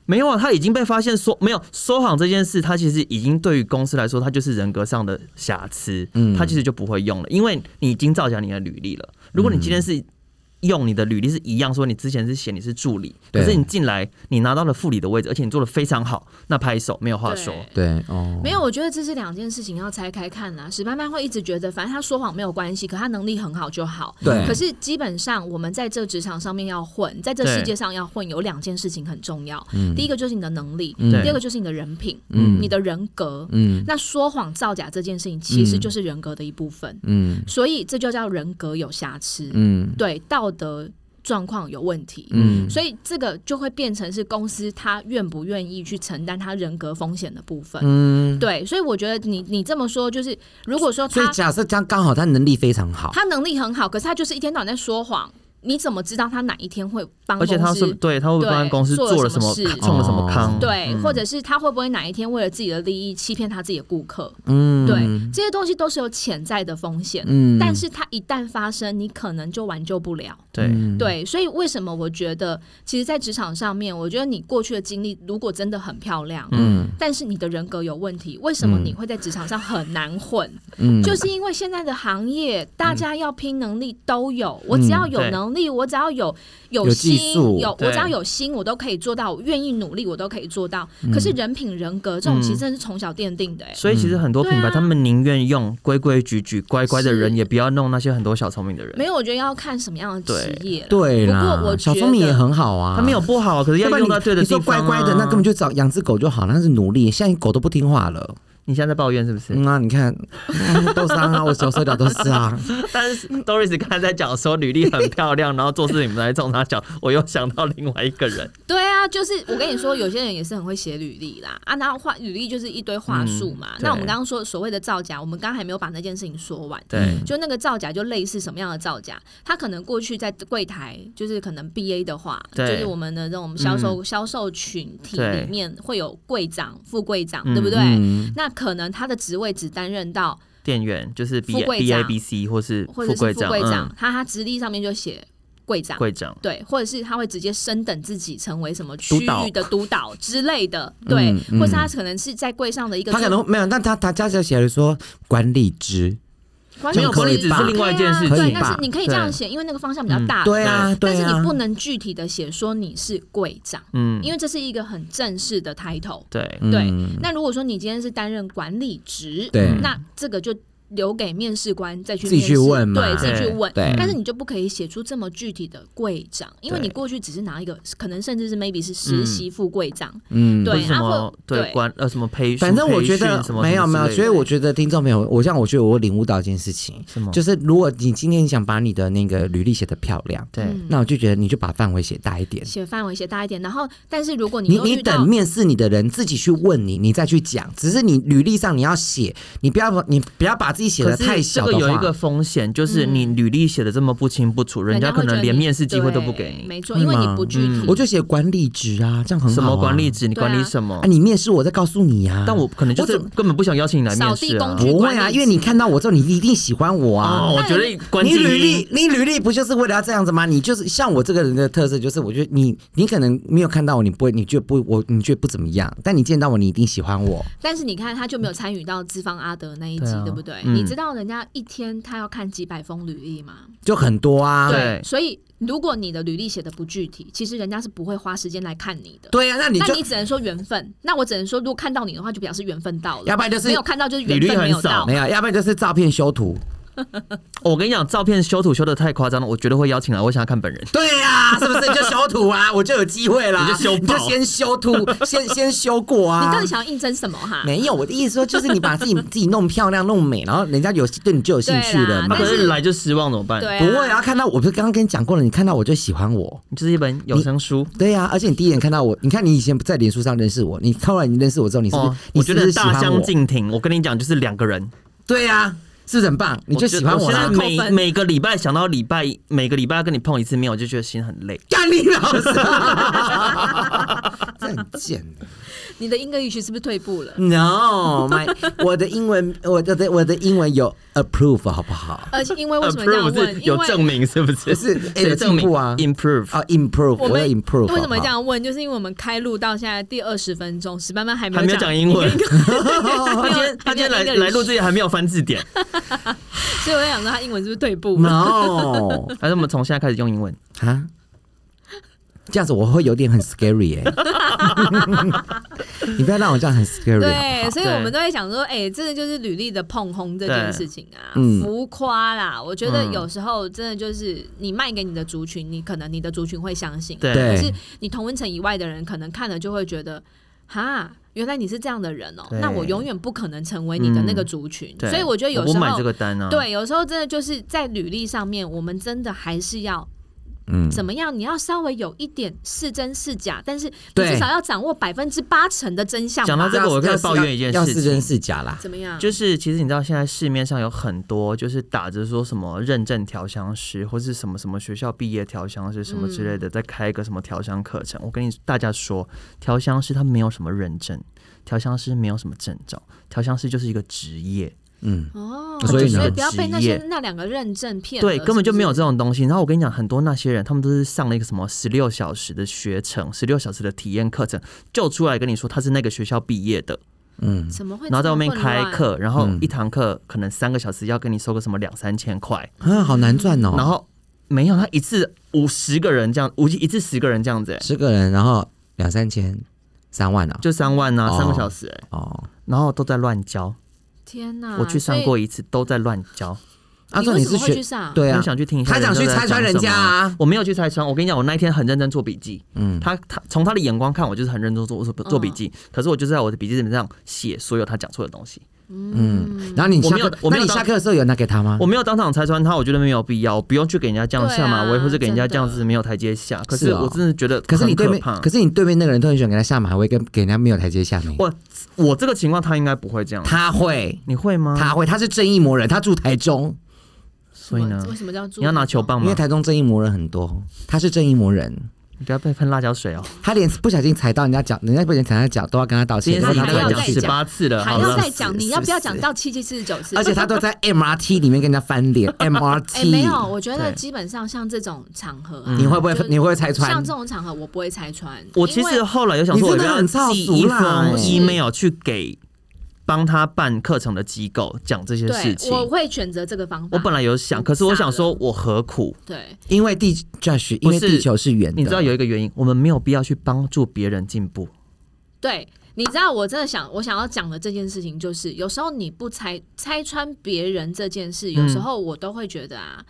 Speaker 2: 没有啊，他已经被发现说没有说谎这件事，他其实已经对于公司来说，他就是人格上的瑕疵，
Speaker 4: 嗯嗯
Speaker 2: 他其实就不会用了，因为你已经造假你的履历了。如果你今天是用你的履历是一样，说你之前是写你是助理，
Speaker 4: 对
Speaker 2: 可是你进来你拿到了副理的位置，而且你做的非常好，那拍手没有话说。
Speaker 3: 对
Speaker 4: 对哦，
Speaker 3: 没有，我觉得这是两件事情要拆开看啊。史班班会一直觉得，反正他说谎没有关系，可他能力很好就好。
Speaker 4: 对
Speaker 3: 可是基本上，我们在这职场上面要混，在这
Speaker 2: 对
Speaker 3: 世界上要混，有两件事情很重要。
Speaker 4: 嗯
Speaker 3: 第一个就是你的能力，
Speaker 4: 嗯
Speaker 3: 第二个就是你的人品，
Speaker 4: 嗯
Speaker 3: 你的人格。
Speaker 4: 嗯
Speaker 3: 那说谎造假这件事情，其实就是人格的一部分，
Speaker 4: 嗯
Speaker 3: 所以这就叫人格有瑕疵，
Speaker 4: 嗯
Speaker 3: 对道德状况有问题。
Speaker 4: 嗯
Speaker 3: 所以这个就会变成是公司他愿不愿意去承担他人格风险的部分。
Speaker 4: 嗯，
Speaker 3: 对，所以我觉得你你这么说，就是如果说
Speaker 4: 所以
Speaker 3: 他
Speaker 4: 假设这样刚好他能力非常好，
Speaker 3: 他能力很好，可是他就是一天到晚在说谎，你怎么知道他哪一天会帮
Speaker 2: 而
Speaker 3: 公司？
Speaker 2: 且他是对他会不会帮
Speaker 3: 对
Speaker 2: 公司
Speaker 3: 做了
Speaker 2: 做了
Speaker 3: 什
Speaker 2: 什
Speaker 3: 么
Speaker 2: 么
Speaker 3: 事
Speaker 2: 中了什么
Speaker 4: 哦
Speaker 2: 康？
Speaker 3: 对，或者是他会不会哪一天为了自己的利益欺骗他自己的顾客？
Speaker 4: 嗯，
Speaker 3: 对，这些东西都是有潜在的风险。
Speaker 4: 嗯，
Speaker 3: 但是它一旦发生，你可能就挽救不了。
Speaker 2: 对
Speaker 4: 嗯
Speaker 3: 对，所以为什么我觉得，其实，在职场上面，我觉得你过去的经历如果真的很漂亮，
Speaker 4: 嗯
Speaker 3: 但是你的人格有问题，为什么
Speaker 4: 嗯
Speaker 3: 你会在职场上很难混？
Speaker 4: 嗯，
Speaker 3: 就是因为现在的行业，大家要拼能力都有，我只要有
Speaker 2: 对
Speaker 3: 能力，我只要有有
Speaker 4: 嗯有
Speaker 3: 心
Speaker 4: 技，术
Speaker 3: 有我
Speaker 2: 对
Speaker 3: 只要有心，我都可以做到，我愿意努力，我都可以做到。
Speaker 4: 嗯
Speaker 3: 可是人品、人格这种，
Speaker 2: 嗯
Speaker 3: 其实真的是从小奠定的、欸。
Speaker 2: 所以
Speaker 4: 嗯
Speaker 2: 其实很多品
Speaker 3: 对
Speaker 2: 牌
Speaker 3: 啊
Speaker 2: 他们宁愿用规规矩矩、乖乖的人，
Speaker 3: 是
Speaker 2: 也不要弄那些很多小聪明的人
Speaker 3: 没。有，我觉得要看什么样的职业啦。
Speaker 4: 对
Speaker 3: 不
Speaker 4: 啦，
Speaker 3: 过我
Speaker 4: 小
Speaker 3: 觉
Speaker 4: 聪明也
Speaker 3: 得
Speaker 4: 很好啊，
Speaker 2: 他没有不好，可是
Speaker 4: 对
Speaker 2: 要
Speaker 4: 吧。
Speaker 2: 用到对的
Speaker 4: 你
Speaker 2: 地
Speaker 4: 说
Speaker 2: 方。啊
Speaker 4: 乖乖的，那根本
Speaker 2: 就
Speaker 4: 就找养只狗就好了，那是奴隶。现在狗都不听话了，
Speaker 2: 你现在在抱怨是不是？
Speaker 4: 嗯啊，你看，嗯都是啊，我小手脚都 是啊，
Speaker 2: 但是 Doris 刚才在讲说履历很漂亮，然后做事你们来冲他脚，我又想到另外一个人，
Speaker 3: 对啊，就是我跟你说，有些人也是很会写履历啦，啊，然后话履历就是一堆话术嘛。
Speaker 2: 嗯
Speaker 3: 那我们
Speaker 2: 对
Speaker 3: 刚刚说所谓的造假，我们刚刚还没有把那件事情说完。
Speaker 4: 嗯
Speaker 2: 对，
Speaker 3: 就那个造假，就类似什么样的造假？他可能过去在柜台，就是可能 B A 的话，就
Speaker 2: 对
Speaker 3: 是我们的这种销售销、售群体
Speaker 2: 对
Speaker 3: 里面会有柜长、副柜长，
Speaker 2: 嗯
Speaker 3: 对不对？
Speaker 4: 嗯
Speaker 3: 那可能他的职位只担任到，
Speaker 2: 店员就是 B
Speaker 3: 富贵
Speaker 2: B
Speaker 3: 长
Speaker 2: A B C 或是
Speaker 3: 或者
Speaker 2: 富
Speaker 3: 是
Speaker 2: 贵
Speaker 3: 副
Speaker 2: 长，
Speaker 3: 柜长，
Speaker 2: 嗯，
Speaker 3: 他他职历上面就写柜长。
Speaker 2: 贵长，
Speaker 3: 对，或者是他会直接升等自己成为什么区
Speaker 4: 督导
Speaker 3: 域的督导之类的，对，
Speaker 4: 嗯
Speaker 3: 或是他可能是在柜上的一个
Speaker 4: 他可能没有，但他他家就写了说管理职，
Speaker 3: 管
Speaker 4: 没
Speaker 3: 理
Speaker 4: 有
Speaker 3: 职
Speaker 4: 管理只
Speaker 2: 是另外一件事情
Speaker 3: 对啊，对，
Speaker 4: 可以吧
Speaker 3: 但是你可以这样写，因为那个方向比较大，
Speaker 4: 对啊，
Speaker 3: 但
Speaker 4: 对
Speaker 3: 是
Speaker 4: 啊
Speaker 3: 你不，能具体的写说你是柜长，
Speaker 2: 嗯，
Speaker 3: 因为这是一个很正式的 title。
Speaker 2: 对，
Speaker 3: 对
Speaker 4: 嗯，
Speaker 3: 那如果说你今天是担任管理职，
Speaker 4: 对
Speaker 3: 那这个就留给面试官再去
Speaker 4: 自己
Speaker 3: 面试
Speaker 4: 去问嘛
Speaker 3: 对，自己去
Speaker 2: 对
Speaker 3: 问。
Speaker 4: 对
Speaker 3: 但是你就不可以写出这么具体的柜长，因为
Speaker 2: 对
Speaker 3: 你过去只是拿一个，可能甚至是 maybe 是实习副柜长，
Speaker 4: 嗯，
Speaker 2: 或
Speaker 3: 对
Speaker 2: 是什
Speaker 3: 啊
Speaker 2: 么
Speaker 3: 或
Speaker 2: 对
Speaker 3: 对
Speaker 2: 关呃什么培训，
Speaker 4: 反正我觉得
Speaker 2: 培训什么
Speaker 4: 没有没有，所以我
Speaker 2: 觉
Speaker 4: 觉得听众朋友，我像我觉得我领悟到一件事情，
Speaker 2: 什么
Speaker 4: 就是如果你今天想把你的那个履历写得漂亮，
Speaker 2: 对
Speaker 3: 嗯
Speaker 4: 那我就觉得你就把范围写大一点。
Speaker 3: 写范围写大一点。然后，但是如果你
Speaker 4: 你
Speaker 3: 又
Speaker 4: 你
Speaker 3: 遇到
Speaker 4: 等面试你的人自己去问你，你再去讲。只是你履历上你要写，你不要把你不要把自己写
Speaker 2: 可
Speaker 4: 的
Speaker 2: 是
Speaker 4: 太
Speaker 2: 这
Speaker 4: 小
Speaker 2: 个
Speaker 4: 的话。
Speaker 2: 有一个风险，就是你履历写的这么不清不楚，人家可
Speaker 3: 嗯会觉
Speaker 2: 能
Speaker 3: 得
Speaker 2: 连
Speaker 3: 你
Speaker 2: 面试机会都不
Speaker 3: 对
Speaker 2: 给你。嗯
Speaker 3: 没错，因为
Speaker 4: 会
Speaker 3: 你
Speaker 4: 吗
Speaker 3: 不具体。
Speaker 4: 我就写管理职啊，这样很好、
Speaker 2: 什么管理？职？你
Speaker 3: 对啊
Speaker 2: 管理什么
Speaker 4: 啊，？你面试我再告诉你啊。
Speaker 2: 但我可能就是
Speaker 4: 我怎
Speaker 2: 根本不想邀请你来面试
Speaker 3: 扫
Speaker 2: 啊
Speaker 3: 地工！具
Speaker 4: 不会啊，
Speaker 3: 管理职
Speaker 4: 因为你看到我之后，你一定喜欢我啊。
Speaker 2: 哦，我觉得关
Speaker 4: 你
Speaker 2: 键
Speaker 4: 履历，你履历不就是为了要这样子吗？你就是像我这个人的特色，就是我觉得你，你可能没有看到我，你不会，你觉得不，我你觉得不怎么样，但你见到我，你一定喜欢我。
Speaker 3: 但是你看，他就没有参与到资方阿德那一
Speaker 2: 对
Speaker 3: 集，对,、
Speaker 2: 啊
Speaker 3: 不对、
Speaker 2: 嗯
Speaker 3: 你知道人家一天他要看几百封履历吗？
Speaker 4: 就很多啊。
Speaker 2: 对
Speaker 3: 所以如果你的履历写的不具体，其实人家是不会花时间来看你的。
Speaker 4: 对啊，那你
Speaker 3: 那
Speaker 4: 就
Speaker 3: 你只能说缘分。那我只能说，如果看到你的话，就表示缘分到了；
Speaker 4: 要不然就是
Speaker 3: 没有看到，就是缘
Speaker 2: 履历
Speaker 3: 分
Speaker 2: 很
Speaker 3: 没有
Speaker 2: 少
Speaker 3: 到
Speaker 4: 没。有，要不然就是照片修图。
Speaker 2: 我跟你讲，照片修图修的太夸张了，我绝对会邀请来，我想要看本 人。
Speaker 4: 对呀、是不是？你就修 图啊，我就有机会啦。
Speaker 2: 你就修
Speaker 4: 你
Speaker 2: 爆
Speaker 4: 就先 修图，先先修过
Speaker 3: 你
Speaker 4: 啊。
Speaker 3: 到底想要应征什么哈？
Speaker 4: 没有，我的意思说就是你把自己自己弄漂亮、弄美，然后人家有对你就有兴趣
Speaker 3: 对啦
Speaker 4: 了
Speaker 2: 他
Speaker 4: 嘛
Speaker 3: 但
Speaker 2: 啊可。
Speaker 3: 是
Speaker 2: 是来就失望怎么办？
Speaker 3: 对、啊，
Speaker 4: 不会啊，看到我不是刚刚跟你讲过了，你看到我就喜欢我。
Speaker 2: 就是一本有声书。
Speaker 4: 对呀、而且你第一眼看到我，你看你以前不在脸书上认识我，你后来你认识我之后，你是不是、
Speaker 2: 哦，
Speaker 4: 你
Speaker 2: 我觉
Speaker 4: 是不
Speaker 2: 得
Speaker 4: 是喜
Speaker 2: 大
Speaker 4: 欢
Speaker 2: 相
Speaker 4: 我？
Speaker 2: 径庭。我跟你讲，就是两个人，
Speaker 4: 对呀、是不是很棒？你就
Speaker 2: 觉
Speaker 4: 喜
Speaker 2: 得
Speaker 4: 欢
Speaker 2: 我
Speaker 4: 我
Speaker 2: 现在
Speaker 4: 啊啦。
Speaker 3: 扣
Speaker 2: 每
Speaker 3: 分
Speaker 2: 每个礼拜想到礼拜，每个 礼拜要跟你碰一次面，我就觉得心很累。
Speaker 4: 干你老师，这很贱欸。
Speaker 3: 你的英格语学是不是退步了？
Speaker 4: No，my 我的英文，我的我的英文有 approve 好不好？
Speaker 3: 而且因为为什么这样
Speaker 2: Approve
Speaker 3: 问？
Speaker 2: 是
Speaker 3: 因
Speaker 2: 有证
Speaker 3: 为
Speaker 2: 明是不是？
Speaker 4: 是哎
Speaker 2: 谁
Speaker 4: 有
Speaker 2: 证
Speaker 4: 进
Speaker 2: 明
Speaker 4: 步啊
Speaker 2: ？Improve
Speaker 4: 啊，improve，
Speaker 3: 我
Speaker 4: 我
Speaker 3: 们
Speaker 4: 有 improve 好不好。
Speaker 3: 为什么这样问？就是因为我们开录到现在第二十分钟，史班班还没
Speaker 2: 还没有讲英文，他 今天他今天来来录之
Speaker 3: 这，
Speaker 2: 前还没有翻字典，
Speaker 3: 所以我在想说他英文是不是退步了？
Speaker 4: ？No
Speaker 2: 还是我们从现在开始用英文？
Speaker 4: 啊，这样子我会有点很 scary 哎。 你不要让我这样很 scary 好不
Speaker 3: 对，
Speaker 4: 好？
Speaker 3: 所以我们
Speaker 2: 对
Speaker 3: 都在想说，哎、真的就是履历的碰轰这件事情啊
Speaker 4: 对嗯，
Speaker 3: 浮夸啦。我觉得
Speaker 2: 嗯
Speaker 3: 有时候真的就是你卖给你的族群，你可能你的族群会相信，啊
Speaker 2: 对
Speaker 3: 可是
Speaker 4: 对，
Speaker 3: 你同温层以外的人，可能看了就会觉得，哈，原来你是这样的人哦、
Speaker 2: 对嗯
Speaker 3: 那我永远不可能成为你的那个族群。
Speaker 2: 对，
Speaker 3: 所以我觉得有
Speaker 2: 我
Speaker 3: 时
Speaker 2: 不买这
Speaker 3: 候，
Speaker 2: 个单啊。，
Speaker 3: 对，有时候真的就是在履历上面，我们真的还是要
Speaker 4: 嗯，
Speaker 3: 怎么样？你要稍微有一点是真是假，但是你
Speaker 4: 对
Speaker 3: 至少要掌握百分之八成的真相吧。
Speaker 2: 讲到这个我可以抱怨一件
Speaker 4: 要
Speaker 2: 事
Speaker 4: 是
Speaker 2: 情
Speaker 4: 真是假啦。
Speaker 3: 怎么样？
Speaker 2: 就是其实你知道现在市面上有很多就是打着说什么认证调香师或是什么什么学校毕业调香师什么之
Speaker 3: 嗯
Speaker 2: 类的，在开一个什么调香课程。我跟你大家说，调香师他没有什么认证，调香师没有什么证照，调香师就是一个职业。
Speaker 4: 嗯，
Speaker 3: 哦，
Speaker 4: 所以呢
Speaker 3: 不要被那
Speaker 2: 职
Speaker 3: 些
Speaker 2: 业
Speaker 3: 那两个认证骗了，
Speaker 2: 对，根本就没有
Speaker 3: 是
Speaker 2: 这种东西。然后我跟你讲，很多那些人，他们都是上了一个什么十六小时的学程，十六小时的体验课程，就出来跟你说他是那个学校毕业的，
Speaker 4: 嗯
Speaker 3: 不是，怎么会？
Speaker 2: 然后在外面开，课，然后一堂课可能三个小时要跟你收个什么两三千块，
Speaker 4: 啊，好难赚哦。
Speaker 2: 然后没有他一次五十个人这样，五一次十个人这样子、欸，
Speaker 4: 十个人，然后两三千，三万哦。
Speaker 2: 就三万啊，
Speaker 4: 哦
Speaker 2: 三个小时、欸，
Speaker 4: 哦，
Speaker 2: 然后都在乱教。
Speaker 3: 天哪！
Speaker 2: 我去上
Speaker 3: 嗯所
Speaker 2: 过一次，都在乱教。
Speaker 3: 以，
Speaker 4: 啊，
Speaker 3: 你
Speaker 4: 重
Speaker 3: 为
Speaker 4: 点
Speaker 3: 什
Speaker 4: 是
Speaker 3: 么会
Speaker 4: 学
Speaker 3: 去上？
Speaker 4: 对啊
Speaker 2: 我，想去听一下
Speaker 4: 他
Speaker 2: 人家
Speaker 4: 想
Speaker 2: 在讲
Speaker 4: 去
Speaker 2: 什么，
Speaker 4: 拆穿人家啊
Speaker 2: 我没有去拆穿。我跟你讲，我那一天很认真做笔记。
Speaker 4: 嗯，
Speaker 2: 他他从他的眼光看，我就是很认真做做做笔
Speaker 3: 嗯
Speaker 2: 记，可是我就是在我的笔记本上写所有他讲错的东西，
Speaker 4: 嗯，然后你
Speaker 2: 我
Speaker 4: 下
Speaker 2: 没有
Speaker 4: 课，
Speaker 2: 我没
Speaker 4: 那
Speaker 2: 有
Speaker 4: 你
Speaker 2: 当
Speaker 4: 下课的时候有拿给他吗
Speaker 2: 我？没有当场拆穿他，我觉得没有必要，我不用去给人家这样下马
Speaker 3: 对啊
Speaker 2: 威，或者给人家
Speaker 3: 真的
Speaker 2: 这样子没有台阶下。可
Speaker 4: 是
Speaker 2: 是
Speaker 4: 哦
Speaker 2: 我真的觉得很可
Speaker 4: 可是你对面，
Speaker 2: 怕
Speaker 4: 可是你对面那个人都很喜欢给他下马威，跟给人家没有台阶下呢。
Speaker 2: 我我这个情况他应该不会这样，
Speaker 4: 他会，
Speaker 2: 你会吗？
Speaker 4: 他会，他是正义魔人，他住台中，
Speaker 2: 所以呢
Speaker 3: 为，什么叫做
Speaker 2: 你要拿球？棒
Speaker 4: 因为
Speaker 2: 吗？
Speaker 4: 台中正义魔人很多，他是正义魔人，
Speaker 2: 你不要被喷辣椒水哦。
Speaker 4: 他连不小心踩到人家脚，人家不小心踩他脚都要跟他道
Speaker 2: 今
Speaker 4: 歉，
Speaker 2: 天
Speaker 3: 那
Speaker 2: 是
Speaker 4: 然
Speaker 2: 已
Speaker 4: 后
Speaker 2: 经
Speaker 4: 他
Speaker 3: 还要
Speaker 4: 都
Speaker 2: 跟
Speaker 4: 要
Speaker 2: 你
Speaker 4: 讲
Speaker 2: 讲
Speaker 3: 再
Speaker 2: 十
Speaker 4: 去
Speaker 2: 八次了，
Speaker 3: 哦还
Speaker 2: 好
Speaker 3: 要
Speaker 2: 了，
Speaker 3: 再讲，你要不要讲到七七四十九次？
Speaker 4: 而且他都在 MRT 里面跟人家 翻脸
Speaker 3: 哎，没有，
Speaker 4: ，MRT，
Speaker 3: 我觉得
Speaker 2: 对
Speaker 3: 基本上像这种场合啊，
Speaker 4: 你会不会
Speaker 3: 就是
Speaker 4: 你会不会拆穿
Speaker 3: 像这？种场合，我不会拆穿。
Speaker 2: 我其实后来有想说，
Speaker 4: 你
Speaker 2: 我
Speaker 4: 真的
Speaker 2: 要
Speaker 4: 很造
Speaker 2: 寄
Speaker 4: 俗
Speaker 2: 一
Speaker 4: 啦
Speaker 2: 封
Speaker 4: 哎
Speaker 2: email 去给帮他办课程的机构讲这些事
Speaker 3: 因为
Speaker 2: 情
Speaker 3: 对，。我会选择这个方法。
Speaker 2: 我本来有想，可是我想说，我何苦？
Speaker 3: 对，
Speaker 4: 因为地 Josh，因
Speaker 2: 不
Speaker 4: 为
Speaker 2: 是
Speaker 4: 地球是圆的，
Speaker 2: 你知道有一个原因，我们没有必要去帮助别人进步。
Speaker 3: 对，你知道我真的想，我想要讲的这件事情就是，有时候你不拆拆穿别人这件事，有时候我都会觉得啊。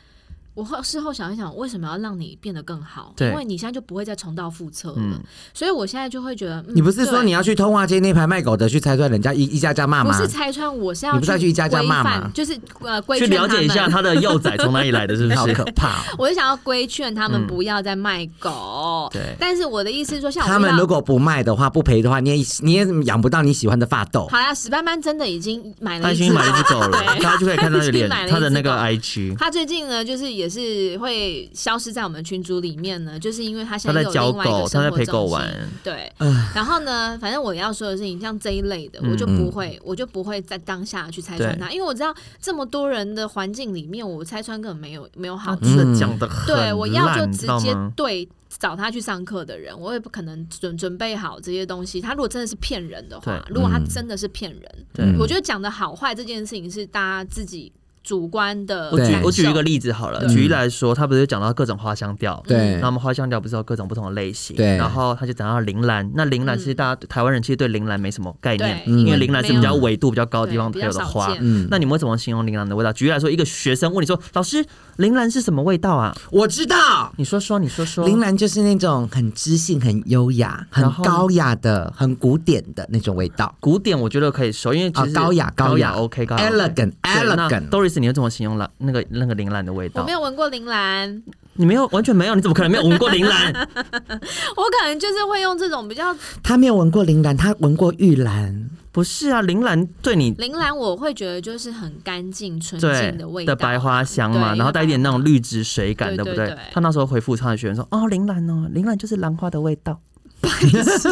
Speaker 3: 我后事后想一想，为什么要让你变得更好？
Speaker 2: 对
Speaker 3: 因为你现在就不会再重蹈覆辙了，
Speaker 2: 嗯
Speaker 3: 所以我现在就会觉得，嗯、
Speaker 4: 你不是说
Speaker 3: 对
Speaker 4: 你要去通化街那排卖狗的去拆穿人家一一家家骂
Speaker 3: 不
Speaker 4: 吗？
Speaker 3: 是拆穿，我是要
Speaker 4: 你不是要去一家家
Speaker 3: 规
Speaker 4: 骂
Speaker 3: 范
Speaker 4: 吗
Speaker 3: 就是呃规
Speaker 2: 去
Speaker 3: 劝
Speaker 2: 了
Speaker 3: 他
Speaker 2: 解一
Speaker 3: 们
Speaker 2: 下他的幼崽从哪里来的，是不
Speaker 4: 好
Speaker 2: 是？
Speaker 4: 可怕哦！
Speaker 3: 我就想要规劝他们
Speaker 2: 嗯
Speaker 3: 不要再卖狗。
Speaker 2: 对
Speaker 3: 但是我的意思是说，像我
Speaker 4: 他
Speaker 3: 遇
Speaker 4: 们
Speaker 3: 到
Speaker 4: 如果不卖的话，不赔的话，你也你也养不到你喜欢的发豆。
Speaker 3: 好啦，史班班真的已经买了
Speaker 2: 他
Speaker 3: 一
Speaker 2: 已经买了一只狗了，
Speaker 3: 对
Speaker 2: 大家就可以看到他的脸
Speaker 3: 他已经买，了一只
Speaker 2: 他的那个
Speaker 3: 狗
Speaker 2: IG，
Speaker 3: 他最近呢，就是也是会消失在我们群组里面呢，就是因为他现
Speaker 2: 他
Speaker 3: 在
Speaker 2: 在
Speaker 3: 又有
Speaker 2: 教
Speaker 3: 另外一
Speaker 2: 狗，
Speaker 3: 个
Speaker 2: 他
Speaker 3: 生
Speaker 2: 在
Speaker 3: 活重
Speaker 2: 陪
Speaker 3: 心
Speaker 2: 狗玩。
Speaker 3: 对
Speaker 4: 唉，
Speaker 3: 然后呢，反正我要说的事情，像这一类的，
Speaker 2: 嗯
Speaker 3: 我就不会，我就不会在当下去拆穿他，因为我知道这么多人的环境里面，我拆穿根本没有没有好
Speaker 2: 他
Speaker 3: 处。
Speaker 2: 真的讲的嗯很
Speaker 3: 对，我要就
Speaker 2: 烂，你
Speaker 3: 直
Speaker 2: 知道
Speaker 3: 接
Speaker 2: 吗？
Speaker 3: 对找他去上课的人，我也不可能准准备好这些东西。他如果真的是骗人的话，
Speaker 2: 对嗯
Speaker 3: 如果他真的是骗人，
Speaker 2: 对
Speaker 3: 我觉得讲的好坏这件事情是大家自己主观的
Speaker 2: 我举
Speaker 4: 对
Speaker 2: 我举一个
Speaker 3: 例，
Speaker 2: 例子好了，
Speaker 3: 对
Speaker 2: 举例来说，他不是讲到各种花香调，
Speaker 4: 对
Speaker 2: 那我们花香调不是有各种不同的类型，
Speaker 4: 嗯对
Speaker 2: 然后他就讲到铃兰，那铃兰其实大家台湾人其实对铃兰没什么概念
Speaker 3: 对，
Speaker 4: 嗯
Speaker 2: 因为铃兰是比较
Speaker 3: 没有
Speaker 2: 纬度比较高的地
Speaker 3: 对
Speaker 2: 方
Speaker 3: 比
Speaker 2: 才
Speaker 3: 较
Speaker 2: 有的
Speaker 3: 少
Speaker 2: 花
Speaker 3: 见，
Speaker 4: 嗯，
Speaker 2: 那你们会怎么形容铃兰的味道？举例来说，一个学生问你说：“老师，铃兰是什么味道啊
Speaker 4: 我知道？”，
Speaker 2: 你说说，你说说。
Speaker 4: 铃兰就是那种很知性、很优雅、很
Speaker 2: 然后呢
Speaker 4: 高雅的、很古典的那种味道。
Speaker 2: 古典我觉得可以熟，因为其
Speaker 4: 啊
Speaker 2: 实，
Speaker 4: 高雅、
Speaker 2: 高
Speaker 4: 雅、
Speaker 2: OK 高雅
Speaker 4: elegant、
Speaker 2: 对那
Speaker 4: elegant。
Speaker 2: Doris，你要怎么形容了那个那个铃兰的味
Speaker 3: 我
Speaker 2: 道
Speaker 3: 没？有闻过铃兰，
Speaker 2: 你没有，完全没有，你怎么可能没有闻过铃兰？
Speaker 3: 我可能就是会用这种比较
Speaker 4: 他没有闻过铃兰，他闻过玉兰。
Speaker 2: 不是啊，铃兰对你
Speaker 3: 铃兰，我会觉的就是很干净纯
Speaker 2: 对
Speaker 3: 净的味道
Speaker 2: 的白花香嘛，
Speaker 3: 对
Speaker 2: 然后带一点那种绿植水感，对
Speaker 3: 对
Speaker 2: 不
Speaker 3: 对对
Speaker 2: 他那时候回复他的学员说：“哦，铃兰哦，铃兰就是兰花的味道。”
Speaker 3: 白痴，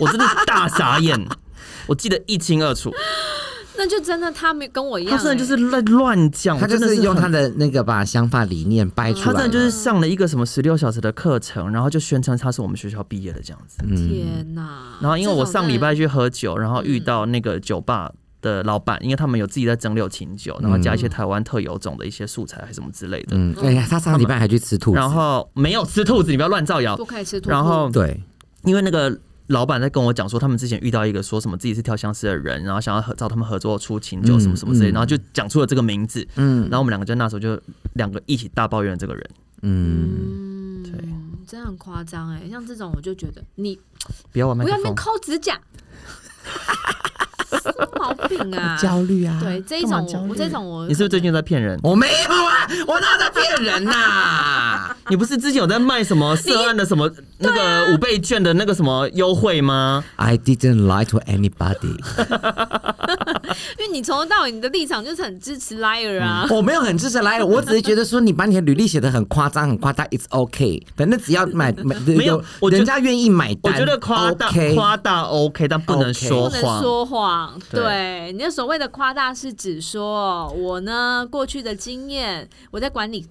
Speaker 2: 我真的大傻眼，我记得一清二楚。
Speaker 3: 那就真的他没跟我一样、
Speaker 2: 他
Speaker 3: 欸，
Speaker 2: 真的就是乱乱讲，
Speaker 4: 他就
Speaker 2: 嗯我真的
Speaker 4: 是用他
Speaker 2: 很。
Speaker 4: 的那个把想法理念掰出
Speaker 2: 他真
Speaker 4: 来
Speaker 2: 的就
Speaker 4: 了。
Speaker 2: 是上了一个什么十六小时的课程，然后就宣称他是我们学校毕业的这样子。
Speaker 3: 欸
Speaker 4: 嗯
Speaker 3: 天哪！
Speaker 2: 嗯然后因为我上礼拜
Speaker 3: 这种嗯
Speaker 2: 去喝酒，然后遇到那个酒吧的老板，因为他们有自己在蒸馏琴酒，然后加一些台湾特有种的一些素材还是什么之类的。
Speaker 4: 嗯，哎呀，他上礼拜还去吃兔子，
Speaker 2: 然后没有吃兔子，你不要乱造
Speaker 3: 真的
Speaker 2: 谣
Speaker 3: 不。可以吃兔兔，
Speaker 2: 然后
Speaker 4: 对，
Speaker 2: 因为那个老板在跟我讲说，他们之前遇到一个说什么自己是调香师的人，然后想要合找他们合作出琴酒什么什么之类，
Speaker 4: 嗯嗯
Speaker 2: 然后就讲出了这个名字。
Speaker 4: 嗯
Speaker 2: 然后我们两个就那时候就两个一起大抱怨这个人。
Speaker 4: 嗯，
Speaker 3: 嗯，
Speaker 2: 对
Speaker 3: 真的很夸张哎，像这种我就觉得你
Speaker 2: 不要玩麦克
Speaker 3: 不要那
Speaker 2: 风
Speaker 3: 边。抠指甲， 什么毛病啊！
Speaker 4: 焦虑啊，
Speaker 3: 对这一
Speaker 2: 干嘛
Speaker 3: 种
Speaker 2: 焦
Speaker 3: 我，我
Speaker 2: 虑
Speaker 3: 这种我
Speaker 2: 你是不是最
Speaker 3: 可能
Speaker 2: 近在骗人？
Speaker 4: 我没有啊，我哪有在骗人呐、
Speaker 2: 你不是之前有在卖什么涉案的什么
Speaker 3: 啊
Speaker 2: 那个五倍券的那个什么优惠吗？
Speaker 4: i didn't lie to anybody，
Speaker 3: 因为你从头到尾你的立场就是很支持 liar 啊，
Speaker 4: 我没有很支持来，我只是觉得说你把你的履历写的很夸张，很夸大，it's okay，反正只要 买买，
Speaker 2: 没有我觉得
Speaker 4: 人家愿意买
Speaker 2: 我
Speaker 4: 单，
Speaker 2: 觉得夸大
Speaker 4: OK
Speaker 2: 夸大 OK，但不能
Speaker 4: OK
Speaker 2: 说
Speaker 3: 不能
Speaker 2: 谎。
Speaker 3: 说谎。
Speaker 2: 对
Speaker 3: 对，你的所谓的夸大是指说我呢过去的经验，我在管理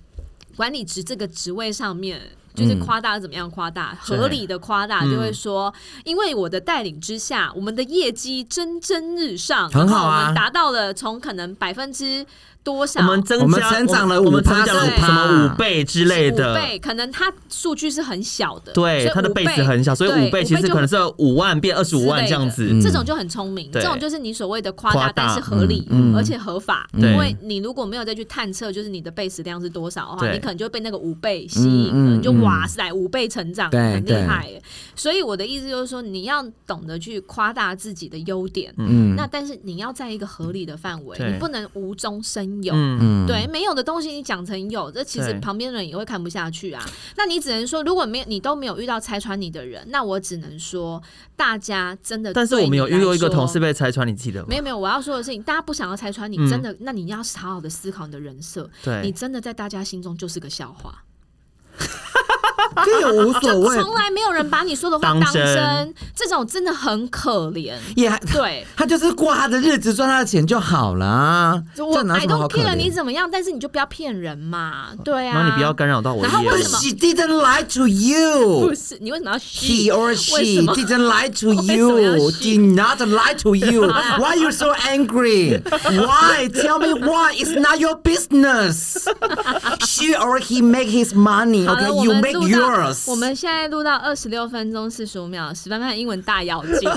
Speaker 3: 管理职这个职位上面。就是夸大怎么样夸大，
Speaker 2: 对
Speaker 3: 合理的夸
Speaker 2: 嗯
Speaker 3: 大就会说，因为我的带领之下，我们的业绩蒸蒸日上，
Speaker 4: 很好啊
Speaker 3: 然后我们达到了从可能百分之多少，
Speaker 2: 我们增加
Speaker 4: 我们成长了
Speaker 2: 我们
Speaker 4: 5%
Speaker 2: 成长了
Speaker 3: 对
Speaker 2: 什么五倍之类
Speaker 3: 五
Speaker 2: 的。
Speaker 3: 倍，可能它数据是很小的，所
Speaker 2: 对，
Speaker 3: 以
Speaker 2: 它的
Speaker 3: 五倍
Speaker 2: 子很小，所以
Speaker 3: 对
Speaker 2: 五倍其实
Speaker 3: 就
Speaker 2: 可能是五万变二十五万
Speaker 3: 之类的
Speaker 2: 啊这样子。
Speaker 4: 嗯
Speaker 3: 这种就很聪明，
Speaker 2: 对
Speaker 3: 这种就是你所谓的夸
Speaker 2: 夸
Speaker 3: 大，
Speaker 2: 大
Speaker 3: 但是合理、
Speaker 4: 嗯嗯
Speaker 3: 而且合法。
Speaker 2: 对
Speaker 3: 因为你如果没有再去探测，就是你的贝斯量是多少的话，
Speaker 2: 对
Speaker 3: 你可能就会被那个五倍吸引了，
Speaker 4: 嗯嗯
Speaker 3: 你就
Speaker 4: 嗯
Speaker 3: 哇塞，五倍成长，
Speaker 4: 对
Speaker 3: 很厉
Speaker 4: 对
Speaker 3: 害耶。所以我的意思就是说，你要懂得去夸大自己的优点，
Speaker 4: 嗯
Speaker 3: 那但是你要在一个合理的范围，
Speaker 2: 对
Speaker 3: 你不能无中生有。
Speaker 2: 嗯，
Speaker 4: 嗯，
Speaker 3: 对，没有的东西你讲成有，这其实
Speaker 2: 对
Speaker 3: 旁边的人也会看不下去啊。那你只能说，如果没有你都没有遇到拆穿你的人，那我只能说，大家真的。
Speaker 2: 但是我们有遇过一个同事。被拆穿，你记得吗
Speaker 3: 没？有没有，我要说的事情，大家不想要拆穿你，
Speaker 2: 嗯
Speaker 3: 真的，那你要好好的思考你的人设，你
Speaker 2: 对，
Speaker 3: 真的在大家心中就是个笑话，
Speaker 4: 这也无所谓，
Speaker 3: 从来没有人把你说的话
Speaker 2: 当
Speaker 3: 当
Speaker 2: 真
Speaker 3: 真，这种真的很可 怜。
Speaker 4: 也还
Speaker 3: 对，
Speaker 4: 他就是过他的日子，赚他的钱就好啦。
Speaker 3: 我
Speaker 4: 这哪有
Speaker 3: I
Speaker 4: 什么
Speaker 3: don't
Speaker 4: 好可
Speaker 3: care
Speaker 4: 怜？
Speaker 3: 你怎么样，但是你就不要骗人嘛，对啊。
Speaker 2: 然后你不要干扰到我的
Speaker 3: 然后
Speaker 2: 业务
Speaker 3: 为
Speaker 4: ？But
Speaker 3: 什么
Speaker 4: she didn't lie to you.
Speaker 3: 不是你为什么要
Speaker 4: He or
Speaker 3: 为
Speaker 4: she
Speaker 3: 什么
Speaker 4: didn't lie to
Speaker 3: 为什么要
Speaker 4: you.
Speaker 3: she？
Speaker 4: Did not lie to you. Why you so angry? Why? Tell me why. It's not your business. She or he make his money.
Speaker 3: 好了，
Speaker 4: Okay,
Speaker 3: 我
Speaker 4: you
Speaker 3: 们
Speaker 4: make
Speaker 3: 录到
Speaker 4: yours.
Speaker 3: 我们现在录到二十六分钟四十五秒，史班班的英文大咬 进，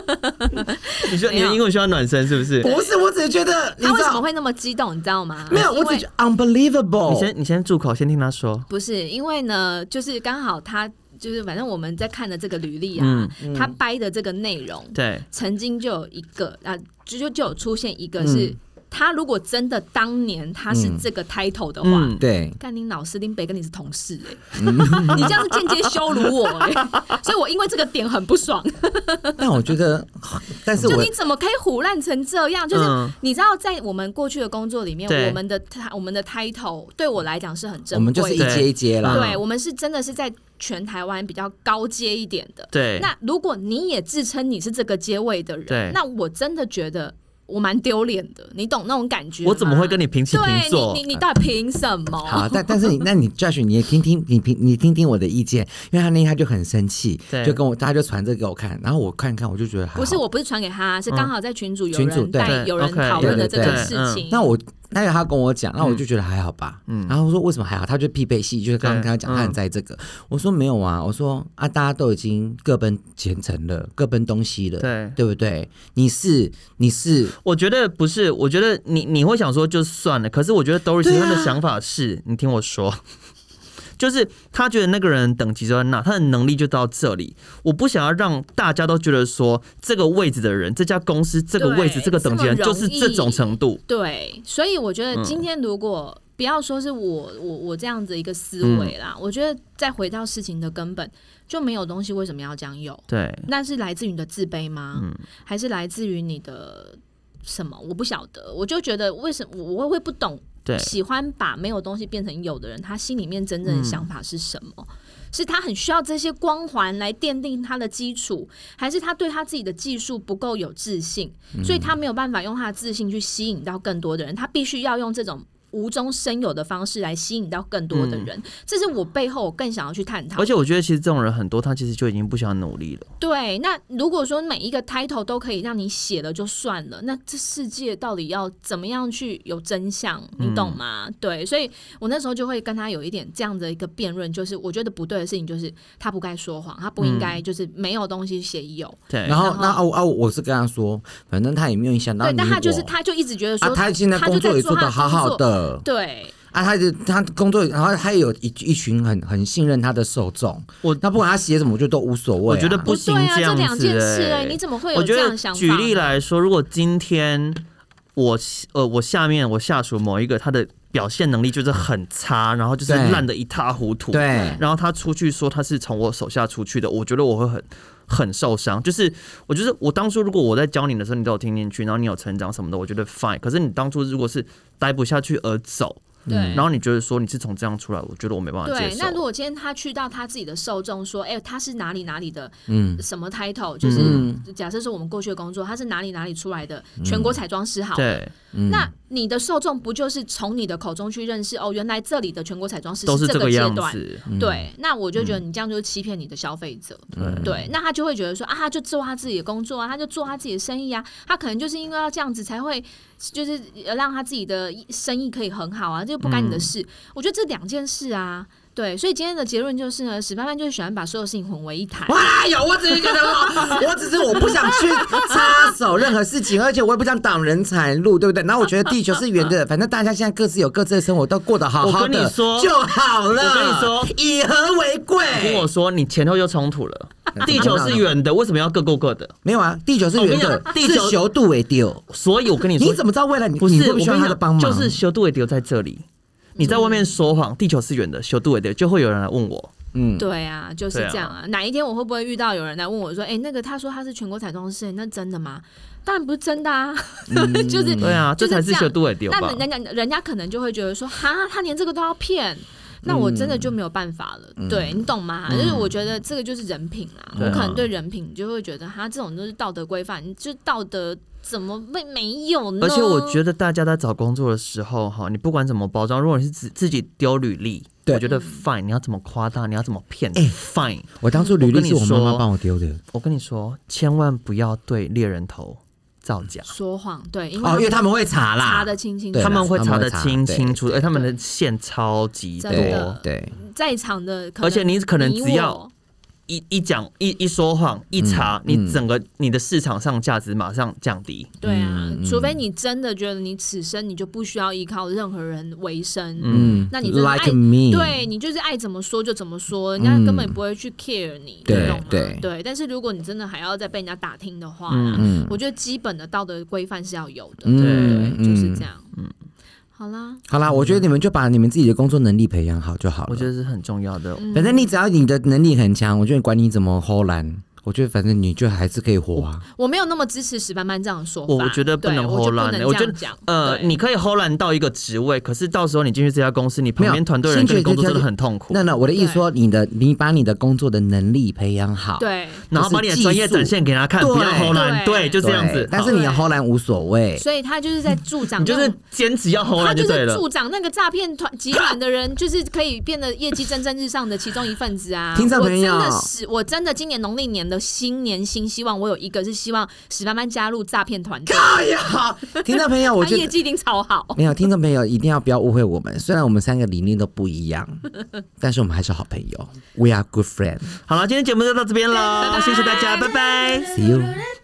Speaker 2: 你说你
Speaker 3: 没
Speaker 2: 的
Speaker 3: 有
Speaker 2: 英文需要暖身是不是？
Speaker 4: 不是，我只是觉得你
Speaker 3: 他为
Speaker 4: 知
Speaker 3: 什么
Speaker 4: 道
Speaker 3: 会那么激动，你知道吗？
Speaker 4: 没有，
Speaker 3: 因
Speaker 4: 我只
Speaker 3: 为
Speaker 4: 是觉得 unbelievable。
Speaker 2: 你先你先住口，先听他说。
Speaker 3: 不是因为呢，就是刚好他就是反正我们在看的这个履历啊
Speaker 2: 嗯，
Speaker 3: 他掰的这个内容，
Speaker 2: 对，
Speaker 3: 曾经就有一个啊，就就就有出现一
Speaker 4: 嗯
Speaker 3: 个是、他如果真的当年他是这个 title 的话。
Speaker 2: 嗯，
Speaker 4: 对，
Speaker 3: 干你老师林北跟你是同事哎、 你这样是间接羞辱我哎、所以我因为这个点很不爽。
Speaker 4: 但我觉得， 但是
Speaker 3: 就
Speaker 4: 我
Speaker 3: 你怎么可以胡乱成这样？就是
Speaker 2: 嗯
Speaker 3: 你知道，在我们过去的工作里面，
Speaker 2: 对
Speaker 3: 我们的 ti- 我们的 title 对我来讲是很
Speaker 4: 我
Speaker 3: 珍
Speaker 4: 们
Speaker 3: 贵的，
Speaker 4: 就是一阶一阶啦。
Speaker 2: 嗯
Speaker 3: 对我们是真的是在全台湾比较高阶一点的。
Speaker 2: 对
Speaker 3: 那如果你也自称你是这个阶位的人
Speaker 2: 对，
Speaker 3: 那我真的觉得我蛮丢脸的，你懂那种感觉吗？
Speaker 2: 我怎么会跟你平起平
Speaker 3: 对
Speaker 2: 坐
Speaker 3: 你，？你你到底凭什
Speaker 4: 好，
Speaker 3: 么？
Speaker 4: 但但是你，那你 Josh，你也听听，你听你听听我的意见，因为他那天他就很生气，
Speaker 2: 对
Speaker 4: 就跟我他就传这给我看，然后我看看，我就觉得还好
Speaker 3: 不是，我。不是传给他，是刚好在群组有
Speaker 4: 群组
Speaker 3: 人
Speaker 4: 对
Speaker 2: 嗯
Speaker 3: 带
Speaker 2: 对
Speaker 3: 有人
Speaker 2: OK，
Speaker 3: 讨论的
Speaker 4: 对
Speaker 3: 这
Speaker 4: 对
Speaker 3: 个
Speaker 4: 对
Speaker 3: 事
Speaker 2: 嗯
Speaker 3: 情。
Speaker 4: 那我那个他跟我讲，那我就觉得还好吧。嗯，然后我说为什么还好？他就匹配戏，就是刚刚
Speaker 2: 对
Speaker 4: 跟他
Speaker 2: 嗯
Speaker 4: 讲，他很在这个。我说没有啊，我说啊，大家都已经各奔前程了，各奔东西了，
Speaker 2: 对
Speaker 4: 对不对？你是你是
Speaker 2: 我觉得不是，我觉得你你会想说就算了，可是我觉得 Doris
Speaker 4: 对啊
Speaker 2: 他的想法是，你听我说， 就是他觉得那个人等级就在那，他的能力就到这里，我不想要让大家都觉得说这个位置的人、这家公司、这个位置、
Speaker 3: 对
Speaker 2: 这个等级的人
Speaker 3: 这么
Speaker 2: 就
Speaker 3: 容
Speaker 2: 是
Speaker 3: 易
Speaker 2: 这种程度。
Speaker 3: 对，所以我觉得今天如果、不要说是我我我这样子一个思维啦，我觉得再回到事情的根本，就没有东西为什么要这样有？
Speaker 2: 对，
Speaker 3: 那是来自于你的自卑吗？还是来自于你的什么？我不晓得，我就觉得为什么我我会不懂
Speaker 2: 对
Speaker 3: 喜欢把没有东西变成有的人，他心里面真正的想法是什么？是他很需要这些光环来奠定他的基础，还是他对他自己的技术不够有自信，所以他没有办法用他的自信去吸引到更多的人，他必须要用这种。无中生有的方式来吸引到更多的人，这是我背后我更想要去探讨
Speaker 2: 而。且我觉得其实这种人很多，他其实就已经不想努力了。
Speaker 3: 对，那如果说每一个 title 都可以让你写了就算了，那这世界到底要怎么样去有真相？你
Speaker 4: 嗯
Speaker 3: 懂吗？对，所以我那时候就会跟他有一点这样的一个辩论，就是我觉得不对的事情就是他不该说谎，他不应
Speaker 4: 嗯
Speaker 3: 该就是没有东西写有。
Speaker 2: 对，
Speaker 4: 然后
Speaker 3: 然后
Speaker 4: 那啊我啊我我是跟他说，反正他也没有影响到
Speaker 3: 对，
Speaker 4: 你
Speaker 3: 但他就是
Speaker 4: 我
Speaker 3: 他就一直觉得说，
Speaker 4: 啊，他现在工作也做得好好。的。
Speaker 3: 对，
Speaker 4: 啊，他就他工作，然后他也有一一群很很信任他的受众。
Speaker 2: 我
Speaker 4: 那不管他写什么，我觉得都无所谓啊、
Speaker 2: 我觉得
Speaker 3: 不
Speaker 2: 不行
Speaker 3: 对啊，
Speaker 2: 这
Speaker 3: 这
Speaker 2: 样
Speaker 3: 两
Speaker 2: 子、
Speaker 3: 件事
Speaker 2: 欸。
Speaker 3: 哎、你怎么会有
Speaker 2: 我觉
Speaker 3: 这样
Speaker 2: 得
Speaker 3: 的想法？
Speaker 2: 举例，来说，如果今天我呃我下面我下属某一个他的表现能力就是很差，然后就是
Speaker 4: 对
Speaker 2: 烂的一塌糊涂，
Speaker 4: 对
Speaker 2: 然后他出去说他是从我手下出去的，我觉得我会很很受伤。就是我就是我当初如果我在教你的时候，你都有听进去，然后你有成长什么的，我觉得 fine。可是你当初如果是待不下去而走，
Speaker 3: 对，
Speaker 2: 然后你觉得说你是从这样出来，我觉得我没办法接
Speaker 3: 对，
Speaker 2: 受。
Speaker 3: 那如果今天他去到他自己的受众说，哎、他是哪里哪里的，
Speaker 4: 嗯
Speaker 3: 什么 title，就是假设说我们过去的工作，他是哪里哪里出来的，全国彩妆师
Speaker 2: 嗯
Speaker 3: 好。
Speaker 2: 对，嗯
Speaker 3: 那你的受众不就是从你的口中去认识哦，原来这里的全国彩妆师
Speaker 2: 都是
Speaker 3: 这
Speaker 2: 这
Speaker 3: 个
Speaker 2: 个
Speaker 3: 阶
Speaker 2: 样
Speaker 3: 段。
Speaker 2: 子。
Speaker 3: 对，那我就觉得你这样就是欺骗你的消费者。
Speaker 2: 对
Speaker 3: 对，那他就会觉得说啊，他就做他自己的工作啊，他就做他自己的生意啊，他可能就是因为要这样子才会，就是呃让他自己的生意可以很好啊，这个不干你的事。我觉得这两件事啊，对，所以今天的结论就是呢，史班班就是喜欢把所有事情混为一谈。
Speaker 4: 哇，有，我只是觉得我，我只是我不想去插手任何事情，而且我也不想挡人财路，对不对？然后我觉得地球是圆的，反正大家现在各自有各自的生活，都过得好好
Speaker 2: 我跟
Speaker 4: 的
Speaker 2: 你说
Speaker 4: 就好了。
Speaker 2: 我跟你说
Speaker 4: 以和为贵。
Speaker 2: 跟我说，你前后就冲突了。 地球是圆的，为什么要各过各的？
Speaker 4: 没有啊，地球是圆
Speaker 2: 我
Speaker 4: 的
Speaker 2: 跟你讲，地
Speaker 4: 是
Speaker 2: 球
Speaker 4: 球度为丢。
Speaker 2: 所以我跟你说，
Speaker 4: 你怎么知道未来你
Speaker 2: 不
Speaker 4: 你
Speaker 2: 是？
Speaker 4: 会
Speaker 2: 我跟你
Speaker 4: 不需要他的
Speaker 2: 讲，
Speaker 4: 帮忙？
Speaker 2: 就是修杜伟丢在这里。你在外面说谎，地球是圆的，修杜伟丢就会有人来问我。
Speaker 4: 嗯，
Speaker 3: 对啊，就是
Speaker 2: 对啊
Speaker 3: 这样啊。哪一天我会不会遇到有人来问我说，哎、那个他说他是全国彩妆师，哎那真的吗？当然不是真的啊， 就是
Speaker 4: 嗯
Speaker 2: 对啊，
Speaker 3: 就是
Speaker 2: 才是
Speaker 3: 这样
Speaker 2: 修杜伟丢
Speaker 3: 那
Speaker 2: 吧？
Speaker 3: 人家人家可能就会觉得说，哈，他连这个都要骗。那我真的
Speaker 2: 嗯
Speaker 3: 就没有办法了，对你懂吗？就是我觉得这个就是人品啦，
Speaker 2: 对啊
Speaker 3: 我可能对人品就会觉得，哈，这种就是道德规范，你就道德怎么会没有呢？
Speaker 2: 而且我觉得大家在找工作的时候，哈，你不管怎么包装，如果你是自自己丢履历，
Speaker 4: 对
Speaker 2: 我觉
Speaker 3: 嗯
Speaker 2: 得 fine。你要怎么夸大，你要怎么骗、
Speaker 4: 哎
Speaker 2: f i n e
Speaker 4: 我当初履历是我妈
Speaker 2: 我跟你
Speaker 4: 妈
Speaker 2: 说
Speaker 4: 帮我丢的。
Speaker 2: 我跟你说，千万不要对猎人头造假，
Speaker 3: 说谎，对，因为
Speaker 4: 哦，因为他们会查啦，
Speaker 3: 查的清清楚
Speaker 4: 对啦
Speaker 2: 他们会
Speaker 4: 他们
Speaker 2: 查
Speaker 4: 会
Speaker 2: 得
Speaker 4: 查
Speaker 2: 清
Speaker 4: 对
Speaker 2: 清楚，哎而他们
Speaker 3: 对
Speaker 2: 的线超级
Speaker 3: 真
Speaker 2: 多。
Speaker 3: 的
Speaker 4: 对，
Speaker 3: 在场的可能，
Speaker 2: 而且你可能只要
Speaker 3: 我
Speaker 2: 一一讲一一说
Speaker 4: 嗯
Speaker 2: 谎一查，你整个你的市场上价值马上降低。
Speaker 3: 对啊，
Speaker 2: 嗯
Speaker 3: 除非你真的觉得你此生你就不需要依靠任何人为生，
Speaker 4: 嗯
Speaker 3: 那你真的爱
Speaker 4: like me，
Speaker 3: 对你就是爱怎么说就怎么说，人家
Speaker 2: 嗯
Speaker 3: 根本不会去 care 你，
Speaker 4: 对
Speaker 3: 你懂吗？
Speaker 4: 对
Speaker 3: 但是如果你真的还要再被人家打听的话，
Speaker 4: 嗯
Speaker 3: 我觉得基本的道德规范是要有的，
Speaker 4: 嗯
Speaker 3: 对，就是这
Speaker 4: 嗯
Speaker 3: 样。好啦，
Speaker 4: 好啦，我觉得你们就把你们自己的工作能力培养好就好了。
Speaker 2: 我觉得是很重要的。
Speaker 3: 嗯
Speaker 4: 反正你只要你的能力很强，我觉得管你怎么偷懒，我觉得反正你就还是可以活
Speaker 2: 哦
Speaker 4: 啊。
Speaker 3: 我没有那么支持史班班这样的说法，
Speaker 2: 我我觉得不
Speaker 3: 对
Speaker 2: 能
Speaker 3: 我就
Speaker 2: hold
Speaker 3: 不
Speaker 2: on，
Speaker 3: 能
Speaker 2: 的
Speaker 3: 这
Speaker 2: 我觉
Speaker 3: 样
Speaker 2: 得
Speaker 3: 讲。
Speaker 2: 呃，
Speaker 3: 对
Speaker 2: 你可以 hold on 到一个职位，可是到时候你进去这家公司，你
Speaker 4: 没
Speaker 2: 旁
Speaker 4: 有
Speaker 2: 边团队人跟你
Speaker 4: 先解
Speaker 2: 工
Speaker 4: 决
Speaker 2: 作真的
Speaker 4: 条
Speaker 2: 很痛苦
Speaker 4: 那，那我的意思说，你的你把你的工作的能力培养好，
Speaker 3: 对，
Speaker 2: 然后把你的专业展现给他看，
Speaker 4: 就是
Speaker 2: 不
Speaker 4: 技术
Speaker 2: 要 hold on，
Speaker 3: 对
Speaker 2: 对，就
Speaker 4: 对，
Speaker 2: 这样子。
Speaker 4: 但是
Speaker 2: 好
Speaker 4: 你要偷懒无所谓，
Speaker 3: 所以他就是在助长
Speaker 2: 你
Speaker 3: 这
Speaker 2: 就
Speaker 3: 种，
Speaker 2: 是坚持要 hold
Speaker 3: 他
Speaker 2: on 就
Speaker 3: 就
Speaker 2: 对
Speaker 3: 是
Speaker 2: 了。
Speaker 3: 助长那个诈骗团集团的人，就是可以变得业绩蒸蒸日上的其中一份子啊！
Speaker 4: 听众
Speaker 3: 我
Speaker 4: 朋
Speaker 3: 真
Speaker 4: 友
Speaker 3: 的是，我真的今年农历年的新年新希望，我有一个是希望史班班加入诈骗团队，
Speaker 4: 哎呀，听到朋友，我
Speaker 3: 他
Speaker 4: 觉
Speaker 3: 业
Speaker 4: 得。
Speaker 3: 绩一定超好。
Speaker 4: 没有，听众朋友一定要不要误会我们。虽然我们三个理念都不 一样，但是我们还是好朋友。We are good friends。
Speaker 2: 好了，今天节目就到这边喽，谢谢大家，拜拜。
Speaker 4: See you.